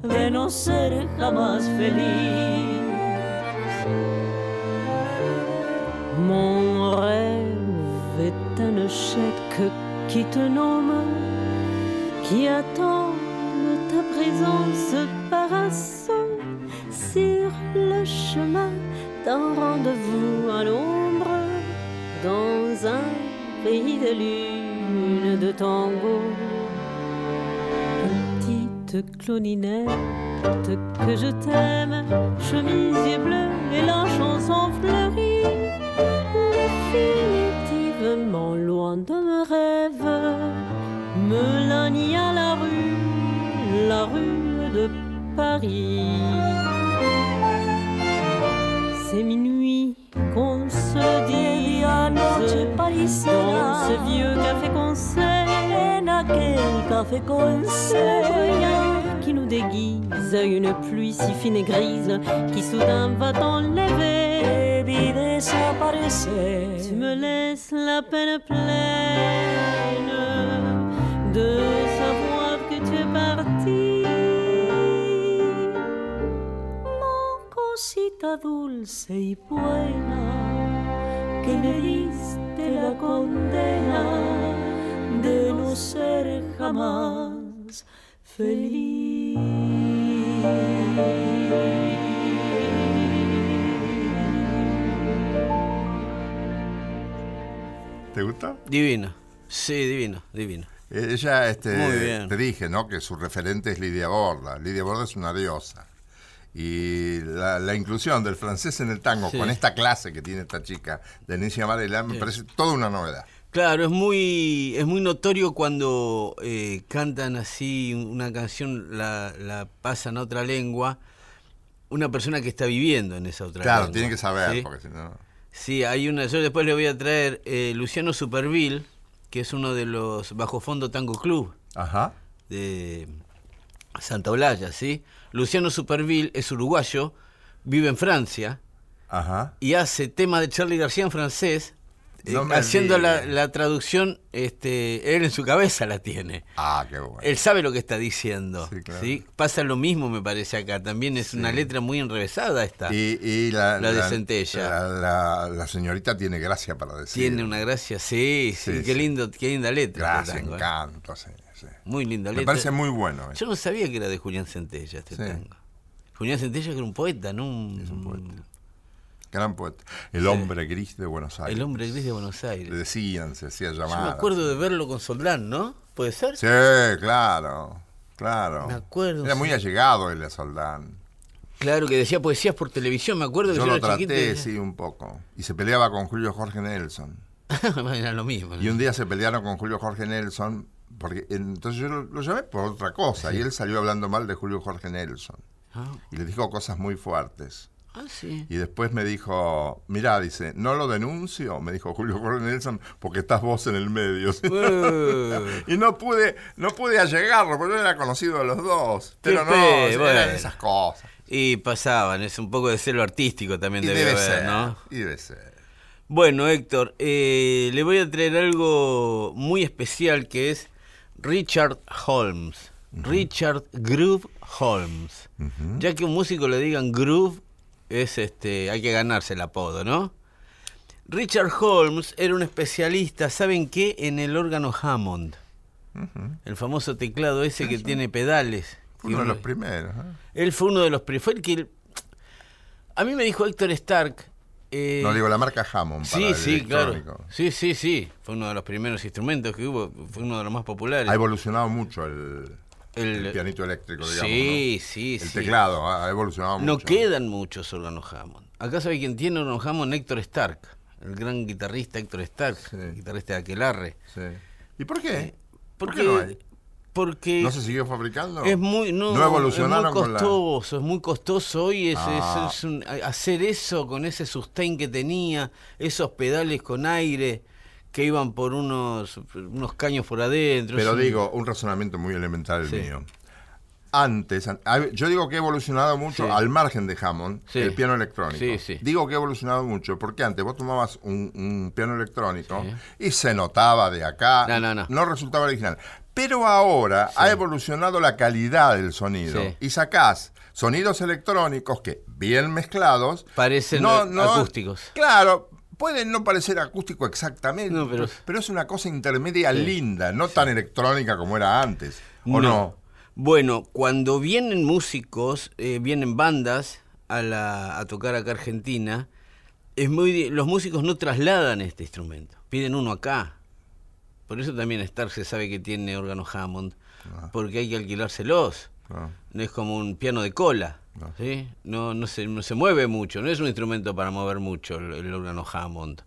Speaker 8: de no ser jamás feliz. Mon rêve est un échec qui te nomme, qui attend ta présence par un son sur le chemin d'un rendez-vous à l'ombre dans un pays de lune de tango. Petite cloninette que je t'aime, chemise bleue et la chanson fleurie, définitivement loin de mes rêves, me lanie à la rue, la rue de Paris. C'est minuit qu'on se dit
Speaker 7: noche
Speaker 8: dans
Speaker 7: parisera.
Speaker 8: ce vieux café concert
Speaker 7: En aquel café con cera.
Speaker 8: qui nous déguise une pluie si fine et grise qui soudain va t'enlever
Speaker 7: Debí desaparecer.
Speaker 8: tu me laisses la peine pleine de savoir que tu es parti
Speaker 7: Mon cosita dulce y buena que me diste la condena de no ser jamás feliz.
Speaker 3: ¿Te gusta? Eh,
Speaker 2: Divino. Sí, divino, divino.
Speaker 3: Ella,
Speaker 2: Muy
Speaker 3: este,
Speaker 2: bien.
Speaker 3: te dije, ¿no? Que su referente es Lidia Borda. Lidia Borda es una diosa. Y la, la inclusión del francés en el tango,
Speaker 2: Sí.
Speaker 3: con esta clase que tiene esta chica, Denise Amarela, me parece toda una novedad.
Speaker 2: Claro, es muy, es muy notorio cuando eh, cantan así una canción, la, la pasan a otra lengua, una persona que está viviendo en esa otra
Speaker 3: Claro,
Speaker 2: lengua.
Speaker 3: tiene que saber,
Speaker 2: ¿sí?
Speaker 3: porque si no.
Speaker 2: Sí, hay una, yo después le voy a traer eh, Luciano Superville, que es uno de los Bajo Fondo Tango Club
Speaker 3: Ajá.
Speaker 2: de Santa Olalla, ¿sí? Luciano Superville es uruguayo, vive en Francia,
Speaker 3: Ajá.
Speaker 2: y hace tema de Charlie García en francés, eh,
Speaker 3: No me
Speaker 2: haciendo la,
Speaker 3: digas.
Speaker 2: la traducción, este, él en su cabeza la tiene.
Speaker 3: Ah, qué bueno.
Speaker 2: Él sabe lo que está diciendo.
Speaker 3: Sí, claro.
Speaker 2: ¿sí? Pasa lo mismo, me parece, acá. También es una letra muy enrevesada esta.
Speaker 3: Y, y la,
Speaker 2: La de Centella.
Speaker 3: La, la- la señorita tiene gracia para decir.
Speaker 2: Tiene una gracia, sí, sí,
Speaker 3: Sí,
Speaker 2: qué
Speaker 3: sí.
Speaker 2: lindo, qué linda letra. este
Speaker 3: gracia,
Speaker 2: tango, ¿eh?
Speaker 3: encanto. sí, sí.
Speaker 2: Muy linda
Speaker 3: Me
Speaker 2: letra.
Speaker 3: parece muy bueno. eh.
Speaker 2: Yo no sabía que era de Julián Centella este
Speaker 3: Sí.
Speaker 2: tango. Julián Centella que era un poeta, ¿no? Un-
Speaker 3: Es un poeta. Gran poeta. El hombre gris de Buenos Aires.
Speaker 2: El hombre gris de Buenos Aires.
Speaker 3: Le decían, se hacía
Speaker 2: Yo
Speaker 3: llamar.
Speaker 2: me acuerdo de verlo con Soldán, ¿no? ¿Puede ser?
Speaker 3: Sí, claro, claro.
Speaker 2: Me acuerdo,
Speaker 3: Era
Speaker 2: sí.
Speaker 3: muy allegado el Soldán.
Speaker 2: Claro, que decía poesías por televisión, me acuerdo que yo,
Speaker 3: Yo lo
Speaker 2: era chiquito.
Speaker 3: traté,
Speaker 2: y-
Speaker 3: sí, un poco. Y se peleaba con Julio Jorge Nelson.
Speaker 2: era lo mismo. ¿no?
Speaker 3: Y un día se pelearon con Julio Jorge Nelson, porque entonces yo lo, lo llamé por otra cosa, y él salió hablando mal de Julio Jorge Nelson.
Speaker 2: Ah,
Speaker 3: Y le dijo cosas muy fuertes.
Speaker 2: ah, sí.
Speaker 3: Y después me dijo, mirá, dice, no lo denuncio, me dijo Julio Jorge Nelson, porque estás vos en el medio.
Speaker 2: Eh,
Speaker 3: Y no pude, no pude allegarlo, porque yo era conocido de los dos.
Speaker 2: Qué
Speaker 3: Pero no,
Speaker 2: pe-
Speaker 3: eran
Speaker 2: bueno.
Speaker 3: esas cosas.
Speaker 2: y pasaban, es un poco de celo artístico también
Speaker 3: Y
Speaker 2: debe,
Speaker 3: debe
Speaker 2: haber,
Speaker 3: ser,
Speaker 2: ¿no?
Speaker 3: y debe ser.
Speaker 2: Bueno, Héctor, eh, le voy a traer algo muy especial que es Richard Holmes. Richard Groove Holmes. Ya que un músico le digan Groove, es este, hay que ganarse el apodo, ¿no? Richard Holmes era un especialista, ¿saben qué? En el órgano Hammond. El famoso teclado ese que tiene pedales.
Speaker 3: Fue Ah, uno de
Speaker 2: Que
Speaker 3: los primeros. ¿eh?
Speaker 2: él fue uno de los... pri- Fue el que... A mí me dijo Héctor Stark... eh,
Speaker 3: No digo la marca Hammond para
Speaker 2: Sí,
Speaker 3: el
Speaker 2: sí, claro.
Speaker 3: electrónico.
Speaker 2: Sí, sí, sí. Fue uno de los primeros instrumentos que hubo, fue uno de los más populares.
Speaker 3: Ha evolucionado mucho el,
Speaker 2: El-
Speaker 3: el pianito eléctrico, digamos.
Speaker 2: sí,
Speaker 3: ¿no?
Speaker 2: sí,
Speaker 3: El
Speaker 2: sí.
Speaker 3: teclado ha ha evolucionado
Speaker 2: No
Speaker 3: mucho.
Speaker 2: quedan muchos órganos Hammond. Acá sabe quién tiene órgano Hammond, Héctor Stark, el gran guitarrista Héctor Stark,
Speaker 3: Sí.
Speaker 2: guitarrista de Aquelarre.
Speaker 3: Sí. ¿Y por qué? ¿Por
Speaker 2: Eh, Porque,
Speaker 3: qué no hay?
Speaker 2: porque
Speaker 3: ¿No se siguió fabricando?
Speaker 2: es muy no,
Speaker 3: evolucionaron
Speaker 2: es muy
Speaker 3: con la-
Speaker 2: costoso, es muy costoso hoy es, es-
Speaker 3: Ah.
Speaker 2: es un- a- hacer eso con ese sustain que tenía, esos pedales con aire que iban por unos unos caños por adentro. es
Speaker 3: Pero
Speaker 2: un-
Speaker 3: digo, un razonamiento muy elemental el
Speaker 2: Sí.
Speaker 3: mío. antes. an- a- Yo digo que ha evolucionado mucho
Speaker 2: Sí.
Speaker 3: al margen de Hammond,
Speaker 2: Sí.
Speaker 3: el piano electrónico.
Speaker 2: Sí, sí.
Speaker 3: Digo que ha evolucionado mucho porque antes vos tomabas un, un piano electrónico
Speaker 2: Sí.
Speaker 3: y se notaba de acá,
Speaker 2: No, no, no.
Speaker 3: resultaba original. Pero ahora ha evolucionado la calidad del sonido
Speaker 2: Sí.
Speaker 3: y sacás sonidos electrónicos que, bien mezclados,
Speaker 2: Parecen a- acústicos.
Speaker 3: Claro. Pueden no parecer acústico exactamente,
Speaker 2: No, pero-
Speaker 3: pero, es una cosa intermedia linda, no tan electrónica como era antes. ¿O no?
Speaker 2: Bueno, cuando vienen músicos, eh, vienen bandas a, la- a tocar acá a Argentina, es muy, di- los músicos no trasladan este instrumento, piden uno acá. Por eso también Star se sabe que tiene órganos Hammond,
Speaker 3: Ah.
Speaker 2: porque hay que alquilárselos.
Speaker 3: Claro.
Speaker 2: No es como un piano de cola, ¿sí? No, no, se, no se mueve mucho, no es un instrumento para mover mucho el, el órgano Hammond.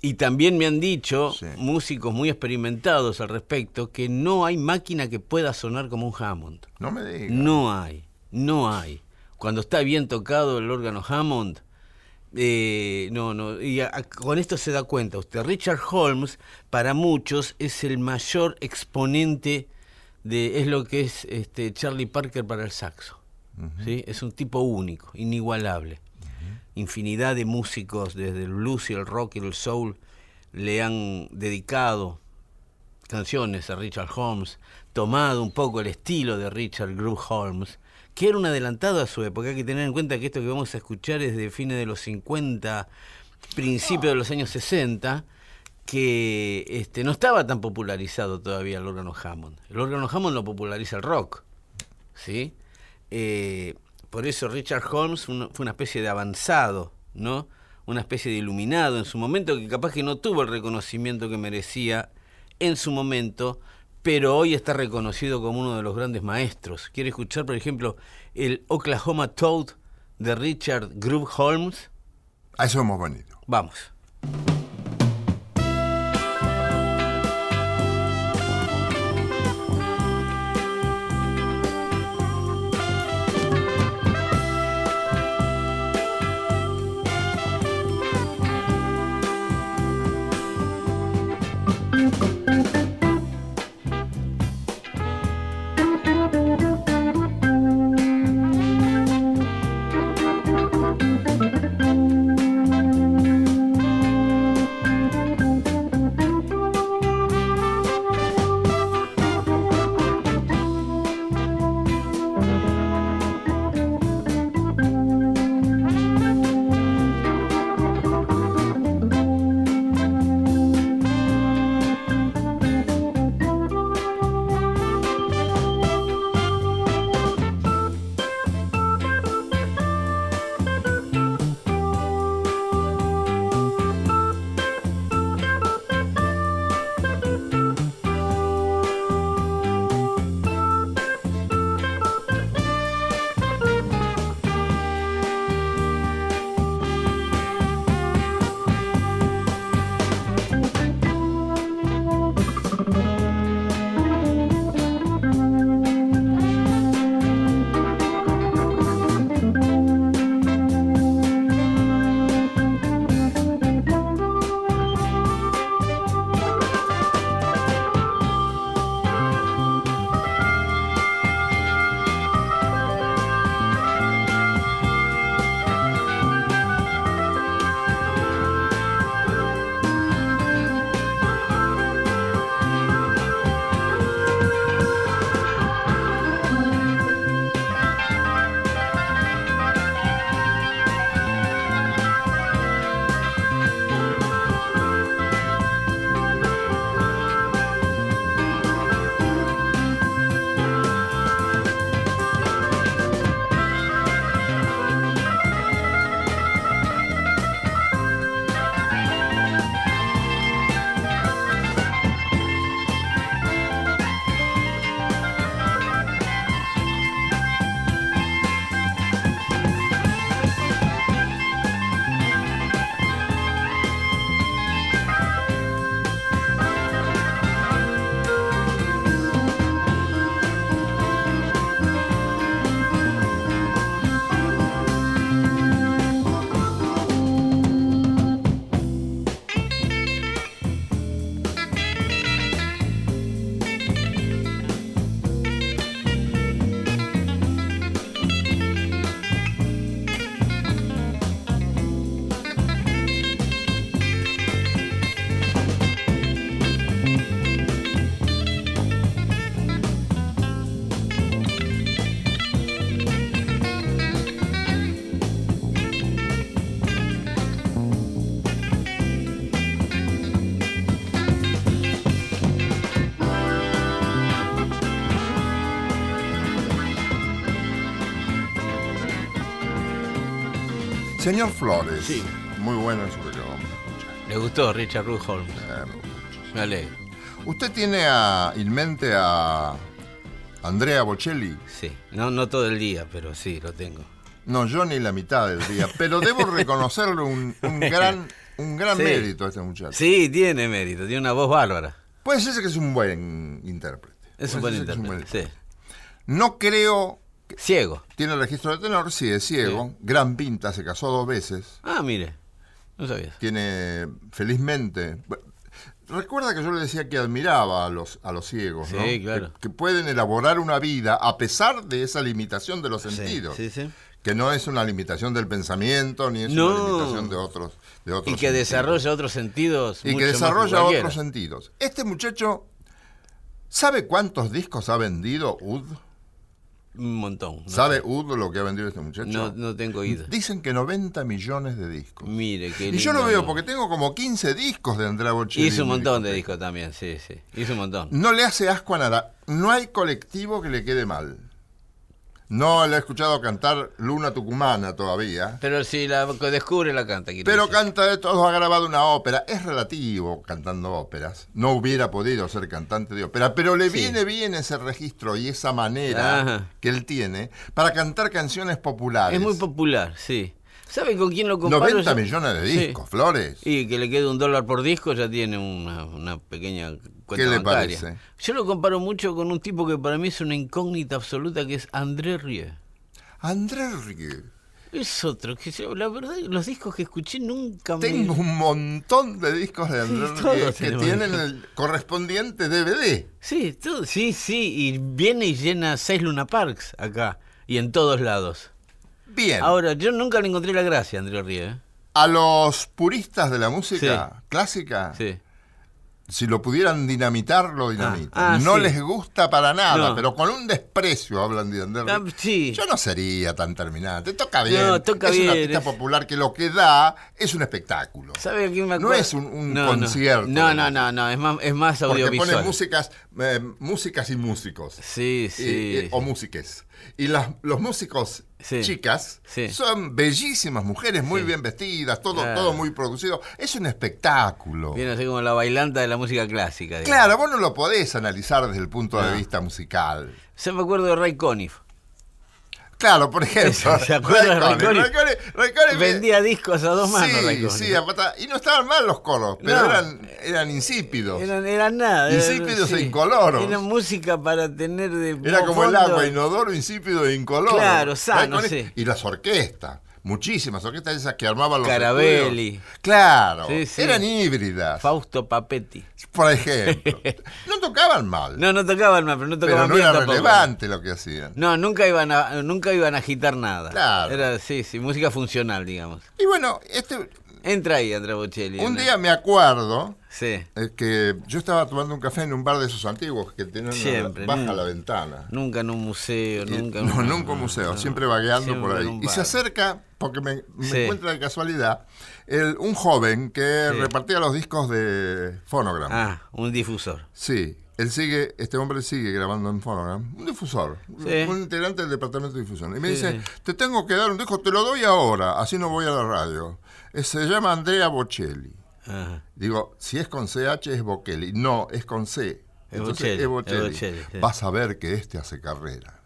Speaker 2: Y también me han dicho
Speaker 3: Sí.
Speaker 2: músicos muy experimentados al respecto que no hay máquina que pueda sonar como un Hammond.
Speaker 3: No me digas.
Speaker 2: No hay, no hay. Cuando está bien tocado el órgano Hammond, eh, no, no. Y a- a- con esto se da cuenta usted. Richard Holmes, para muchos, es el mayor exponente de. Es lo que es este, Charlie Parker para el saxo. ¿sí? Es un tipo único, inigualable. Infinidad de músicos, desde el blues y el rock y el soul, le han dedicado canciones a Richard Holmes, tomado un poco el estilo de Richard Groove Holmes, que era un adelantado a su época. Hay que tener en cuenta que esto que vamos a escuchar es de fines de los 50, principios de los años 60, que este, no estaba tan popularizado todavía el órgano Hammond. El órgano Hammond lo populariza el rock, ¿sí? Eh, por eso Richard Holmes un- fue una especie de avanzado, ¿no? Una especie de iluminado en su momento que capaz que no tuvo el reconocimiento que merecía en su momento, pero hoy está reconocido como uno de los grandes maestros. ¿Quiere escuchar, por ejemplo, el Oklahoma Toad de Richard Groove Holmes?
Speaker 3: A eso hemos venido.
Speaker 2: Vamos.
Speaker 3: Señor Flores.
Speaker 2: Sí.
Speaker 3: Muy bueno su programa. Muchas
Speaker 2: Le gustó Richard Ruth Holmes.
Speaker 3: gracias, muchas.
Speaker 2: Me alegro.
Speaker 3: eh, ¿Usted tiene a- en mente a Andrea Bocelli?
Speaker 2: Sí. No, no todo el día, pero sí, lo tengo.
Speaker 3: No, yo ni la mitad del día, pero debo reconocerle un, un gran, un gran
Speaker 2: Sí.
Speaker 3: mérito a este muchacho.
Speaker 2: Sí, tiene mérito, tiene una voz bárbara.
Speaker 3: Puede ser que es un buen intérprete.
Speaker 2: Es un buen
Speaker 3: Puede ser que
Speaker 2: intérprete.
Speaker 3: buen-
Speaker 2: sí.
Speaker 3: No creo,
Speaker 2: Ciego.
Speaker 3: tiene registro de tenor, sí, es ciego, gran pinta, se casó dos veces,
Speaker 2: Ah, mire. No sabías.
Speaker 3: tiene, felizmente... bueno, Recuerda que yo le decía que admiraba a los, a los ciegos,
Speaker 2: Sí,
Speaker 3: ¿no? Que-
Speaker 2: claro.
Speaker 3: Que, pueden elaborar una vida a pesar de esa limitación de los sentidos.
Speaker 2: Sí, sí.
Speaker 3: Que no es una limitación del pensamiento, ni es una
Speaker 2: No.
Speaker 3: limitación de otros. De otros
Speaker 2: Y que
Speaker 3: sentidos.
Speaker 2: desarrolla otros sentidos.
Speaker 3: Y
Speaker 2: mucho
Speaker 3: que
Speaker 2: más
Speaker 3: desarrolla
Speaker 2: cualquiera.
Speaker 3: otros sentidos. Este muchacho, ¿sabe cuántos discos ha vendido Ud?
Speaker 2: Un montón. No,
Speaker 3: ¿Sabe Ud lo que ha vendido este muchacho?
Speaker 2: no, no tengo oído.
Speaker 3: Dicen que 90 millones de discos.
Speaker 2: Mire, qué
Speaker 3: Y yo
Speaker 2: lindo
Speaker 3: lo veo
Speaker 2: nombre.
Speaker 3: porque tengo como 15 discos de Andrea Bocelli.
Speaker 2: Hizo
Speaker 3: en
Speaker 2: un
Speaker 3: mi
Speaker 2: montón de
Speaker 3: discoteca.
Speaker 2: discos también, sí, sí. Hizo un montón.
Speaker 3: No le hace asco a nada. No hay colectivo que le quede mal. No le he escuchado cantar Luna Tucumana todavía.
Speaker 2: Pero si la descubre, la canta. quiero
Speaker 3: Pero
Speaker 2: decir.
Speaker 3: canta de todos, ha grabado una ópera. Es relativo cantando óperas. No hubiera podido ser cantante de ópera, pero le
Speaker 2: Sí.
Speaker 3: viene bien ese registro y esa manera
Speaker 2: Ajá.
Speaker 3: que él tiene para cantar canciones populares.
Speaker 2: Es muy popular, sí. ¿Sabe con quién lo comparo?
Speaker 3: 90
Speaker 2: Yo-
Speaker 3: millones de
Speaker 2: Sí.
Speaker 3: discos, Flores.
Speaker 2: Y que le quede un dólar por disco, ya tiene una, una pequeña cuenta
Speaker 3: le
Speaker 2: bancaria.
Speaker 3: parece?
Speaker 2: Yo lo comparo mucho con un tipo que para mí es una incógnita absoluta, que es André Rieu.
Speaker 3: Andrés Rieu.
Speaker 2: Es otro, que yo, la verdad, los discos que escuché nunca
Speaker 3: Tengo
Speaker 2: me...
Speaker 3: un montón de discos de Andrés
Speaker 2: todos
Speaker 3: Rieu que
Speaker 2: tenemos
Speaker 3: tienen el correspondiente DVD.
Speaker 2: Sí, todo- sí, sí, y viene y llena seis Luna Parks acá, y en todos lados.
Speaker 3: Bien,
Speaker 2: Ahora, yo nunca le encontré la gracia a André Rieu. ¿eh?
Speaker 3: a los puristas de la música clásica,
Speaker 2: Sí.
Speaker 3: si lo pudieran dinamitar, lo dinamitan.
Speaker 2: Ah, ah,
Speaker 3: no
Speaker 2: sí.
Speaker 3: les gusta para nada,
Speaker 2: No.
Speaker 3: pero con un desprecio hablan de Ander.
Speaker 2: Ah, sí.
Speaker 3: Yo no sería tan terminante. Toca bien.
Speaker 2: No, toca
Speaker 3: es una
Speaker 2: bien,
Speaker 3: artista
Speaker 2: es-
Speaker 3: popular que lo que da es un espectáculo.
Speaker 2: ¿Sabe a quién me
Speaker 3: No
Speaker 2: acuerdo?
Speaker 3: es un- un
Speaker 2: No, no.
Speaker 3: concierto.
Speaker 2: No, no, no, no, es más, es más
Speaker 3: Porque
Speaker 2: audiovisual.
Speaker 3: pone músicas, eh, músicas y músicos.
Speaker 2: Sí, sí.
Speaker 3: Y- y- o músiques. Y las, los músicos
Speaker 2: Sí.
Speaker 3: chicas
Speaker 2: Sí.
Speaker 3: son bellísimas mujeres, muy bien vestidas, todo,
Speaker 2: Claro.
Speaker 3: todo muy producido. Es un espectáculo.
Speaker 2: Viene así como la bailanta de la música clásica. digamos.
Speaker 3: Claro, vos no lo podés analizar desde el punto de
Speaker 2: No.
Speaker 3: vista musical.
Speaker 2: Se me acuerdo de Ray Conniff.
Speaker 3: Claro, por ejemplo.
Speaker 2: ¿Se acuerdan de
Speaker 3: Raikkonen,
Speaker 2: Raikkonen?
Speaker 3: Raikkonen, Raikkonen me-
Speaker 2: Vendía discos a dos manos, Ray
Speaker 3: Sí,
Speaker 2: Conniff.
Speaker 3: sí, apata- y no estaban mal los coros, pero
Speaker 2: No.
Speaker 3: eran, eran insípidos.
Speaker 2: Eran, eran nada. eran-
Speaker 3: Insípidos e incoloros.
Speaker 2: Era música para tener de.
Speaker 3: Era como el
Speaker 2: fondo.
Speaker 3: agua, inodoro, insípido e incoloro.
Speaker 2: Claro, sano,
Speaker 3: Raikkonen-
Speaker 2: sí.
Speaker 3: Y las orquestas, muchísimas orquestas esas que armaban los
Speaker 2: Carabelli.
Speaker 3: estudios. Claro,
Speaker 2: Sí, sí.
Speaker 3: eran híbridas,
Speaker 2: Fausto Papetti.
Speaker 3: por ejemplo. No tocaban mal,
Speaker 2: No, no tocaban más, pero no
Speaker 3: pero
Speaker 2: tocaban
Speaker 3: no
Speaker 2: bien
Speaker 3: era
Speaker 2: tampoco.
Speaker 3: relevante lo que hacían.
Speaker 2: No, nunca iban a, nunca iban a agitar nada.
Speaker 3: Claro.
Speaker 2: Era, sí, sí, música funcional, digamos.
Speaker 3: Y bueno, este,
Speaker 2: Entra ahí, Andrea Bocelli.
Speaker 3: un
Speaker 2: ¿no?
Speaker 3: día me acuerdo...
Speaker 2: Sí.
Speaker 3: Es que yo estaba tomando un café en un bar de esos antiguos que tienen una-
Speaker 2: Siempre,
Speaker 3: baja
Speaker 2: nunca.
Speaker 3: la ventana.
Speaker 2: Nunca en un museo,
Speaker 3: Y-
Speaker 2: nunca. en
Speaker 3: Eh, no,
Speaker 2: una-
Speaker 3: nunca un museo,
Speaker 2: no,
Speaker 3: siempre vagueando
Speaker 2: siempre
Speaker 3: por
Speaker 2: en
Speaker 3: ahí.
Speaker 2: un
Speaker 3: Y se
Speaker 2: bar.
Speaker 3: acerca, porque me, me
Speaker 2: Sí.
Speaker 3: encuentra de casualidad, el- un joven que
Speaker 2: Sí.
Speaker 3: repartía los discos de Phonogram.
Speaker 2: Ah, un difusor.
Speaker 3: Sí, él sigue, este hombre sigue grabando en Phonogram. Un difusor,
Speaker 2: Sí.
Speaker 3: un integrante del departamento de difusión. Y me
Speaker 2: Sí,
Speaker 3: dice,
Speaker 2: sí.
Speaker 3: te tengo que dar un disco, te lo doy ahora, así no voy a la radio. Eh, Se llama Andrea Bocelli.
Speaker 2: Ajá.
Speaker 3: Digo, si es con CH es Bocelli. No, es con C.
Speaker 2: Es
Speaker 3: Entonces,
Speaker 2: Bocelli,
Speaker 3: es Bocelli.
Speaker 2: es Bocelli, sí.
Speaker 3: Vas a ver que este hace carrera.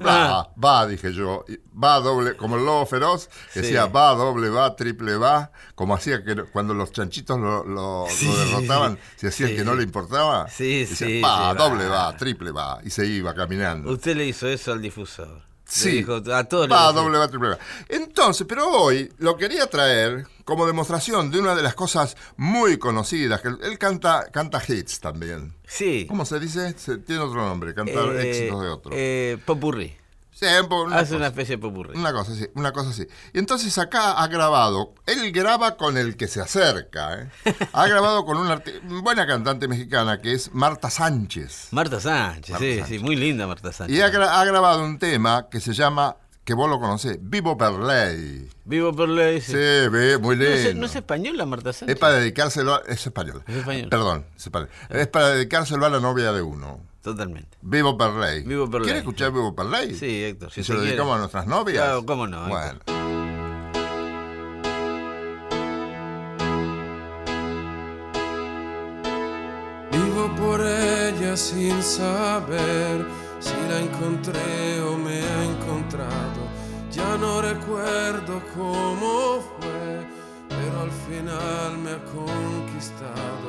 Speaker 3: Va,
Speaker 2: Ah.
Speaker 3: va, dije yo. y Va doble, como el lobo feroz, que
Speaker 2: Sí.
Speaker 3: decía va, doble, va, triple, va. Como hacía que no- cuando los chanchitos lo, lo- lo
Speaker 2: Sí.
Speaker 3: derrotaban, se hacía el
Speaker 2: Sí.
Speaker 3: que no le importaba.
Speaker 2: Sí,
Speaker 3: decía,
Speaker 2: sí,
Speaker 3: Va,
Speaker 2: sí,
Speaker 3: doble,
Speaker 2: va.
Speaker 3: va, triple, va. Y se iba caminando.
Speaker 2: Usted le hizo eso al difusor.
Speaker 3: Sí.
Speaker 2: Le dijo, a todos
Speaker 3: Va,
Speaker 2: les dijo.
Speaker 3: doble, va, triple, va. Entonces, pero hoy lo quería traer como demostración de una de las cosas muy conocidas, que él canta, canta hits también.
Speaker 2: Sí.
Speaker 3: ¿Cómo se dice? Se- tiene otro nombre, cantar
Speaker 2: Eh,
Speaker 3: éxitos de otro.
Speaker 2: eh, popurrí.
Speaker 3: Siempre una
Speaker 2: Hace una
Speaker 3: cosa,
Speaker 2: especie de popurrí.
Speaker 3: una cosa así, una cosa así. Y entonces acá ha grabado, él graba con el que se acerca, ¿eh? ha grabado con una arti- buena cantante mexicana que es Marta Sánchez.
Speaker 2: Marta Sánchez,
Speaker 3: Marta
Speaker 2: sí,
Speaker 3: Sánchez.
Speaker 2: sí, muy linda Marta Sánchez.
Speaker 3: Y ha, gra- ha grabado un tema que se llama, que vos lo conocés, Vivo per Ley.
Speaker 2: Vivo por la S.
Speaker 3: Sí, ve, muy
Speaker 2: ¿No,
Speaker 3: lindo.
Speaker 2: es, no es española Marta Sánchez?
Speaker 3: Es para dedicárselo a... Es español.
Speaker 2: Es español.
Speaker 3: Perdón, es español. Es para dedicárselo a la novia de uno.
Speaker 2: Totalmente.
Speaker 3: Vivo per ley.
Speaker 2: Vivo per
Speaker 3: ¿Quiere
Speaker 2: ley.
Speaker 3: escuchar Vivo per ley?
Speaker 2: Sí, Héctor, si
Speaker 3: ¿Y se
Speaker 2: usted
Speaker 3: lo dedicamos
Speaker 2: quiere.
Speaker 3: a nuestras novias?
Speaker 2: Claro, cómo no,
Speaker 3: Bueno.
Speaker 9: todo por ella sin saber si la encontré o me ha encontrado. Ya no recuerdo cómo fue, pero al final me ha conquistado.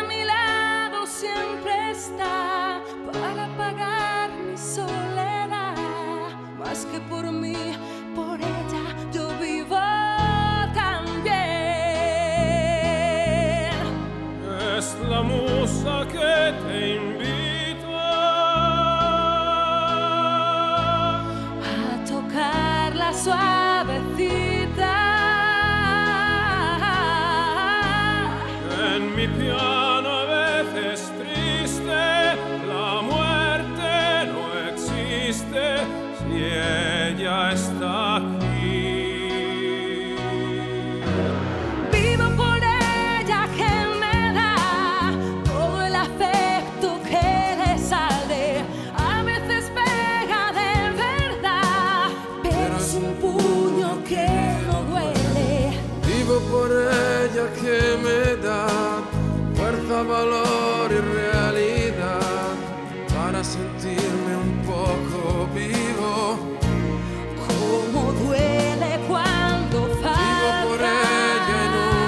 Speaker 10: a mi lado siempre está para pagar mi soledad. Más que por mí, por ella yo vivo también.
Speaker 9: Es la musa que te invita.
Speaker 10: a tocarla suavecita.
Speaker 9: En mi piano a veces triste, la muerte no existe si ella está aquí.
Speaker 10: Vivo por ella que me da todo el afecto que le sale. A veces pega de verdad, pero es un puño que no duele.
Speaker 9: Vivo por ella que me da fuerza, valor y realidad para sentirme un poco vivo.
Speaker 10: Cómo duele cuando falta.
Speaker 9: por ella en un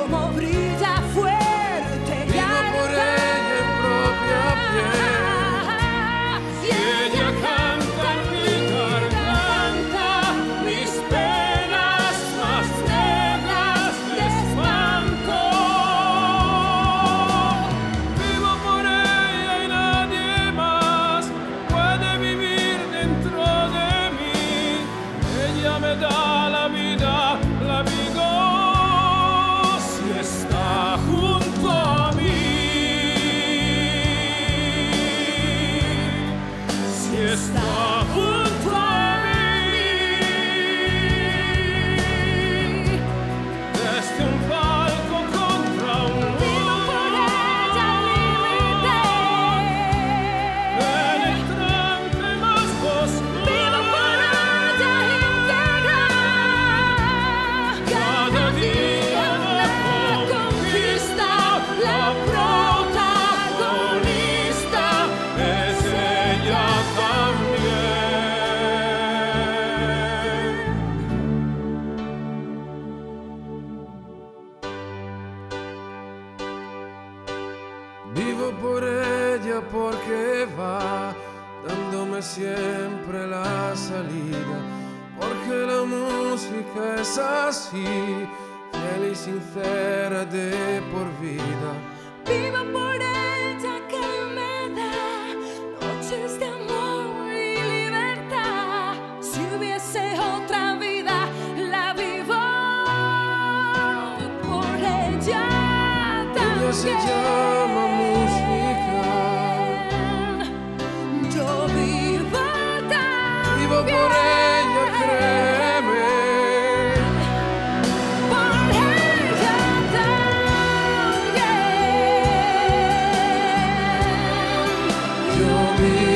Speaker 10: Cómo brilla fuerte y
Speaker 9: Vivo por
Speaker 10: alta.
Speaker 9: ella en propia
Speaker 10: Y ella canta mi garganta, mis penas más negras de espanto.
Speaker 9: Vivo por ella y nadie más puede vivir dentro de mí. Ella me da la vida, la vigor si está junto a mí. Si está junto a mí. Desde un um palco contra um un
Speaker 10: Vivo por ella libre.
Speaker 9: Penetrante más
Speaker 10: Vivo por ella entera. Cada día la conquista, la protagonista.
Speaker 9: es ella también. Vivo por ella porque va dándome siempre la salida, porque la música es así, fiel y sincera de por vida.
Speaker 10: Vivo por ella que me da noches de amor y libertad. Si hubiese otra vida, la vivo por ella
Speaker 9: Ella se llama música.
Speaker 10: también. Yo vivo también
Speaker 9: Vivo por ella, créeme.
Speaker 10: por ella también.
Speaker 9: Yo vivo.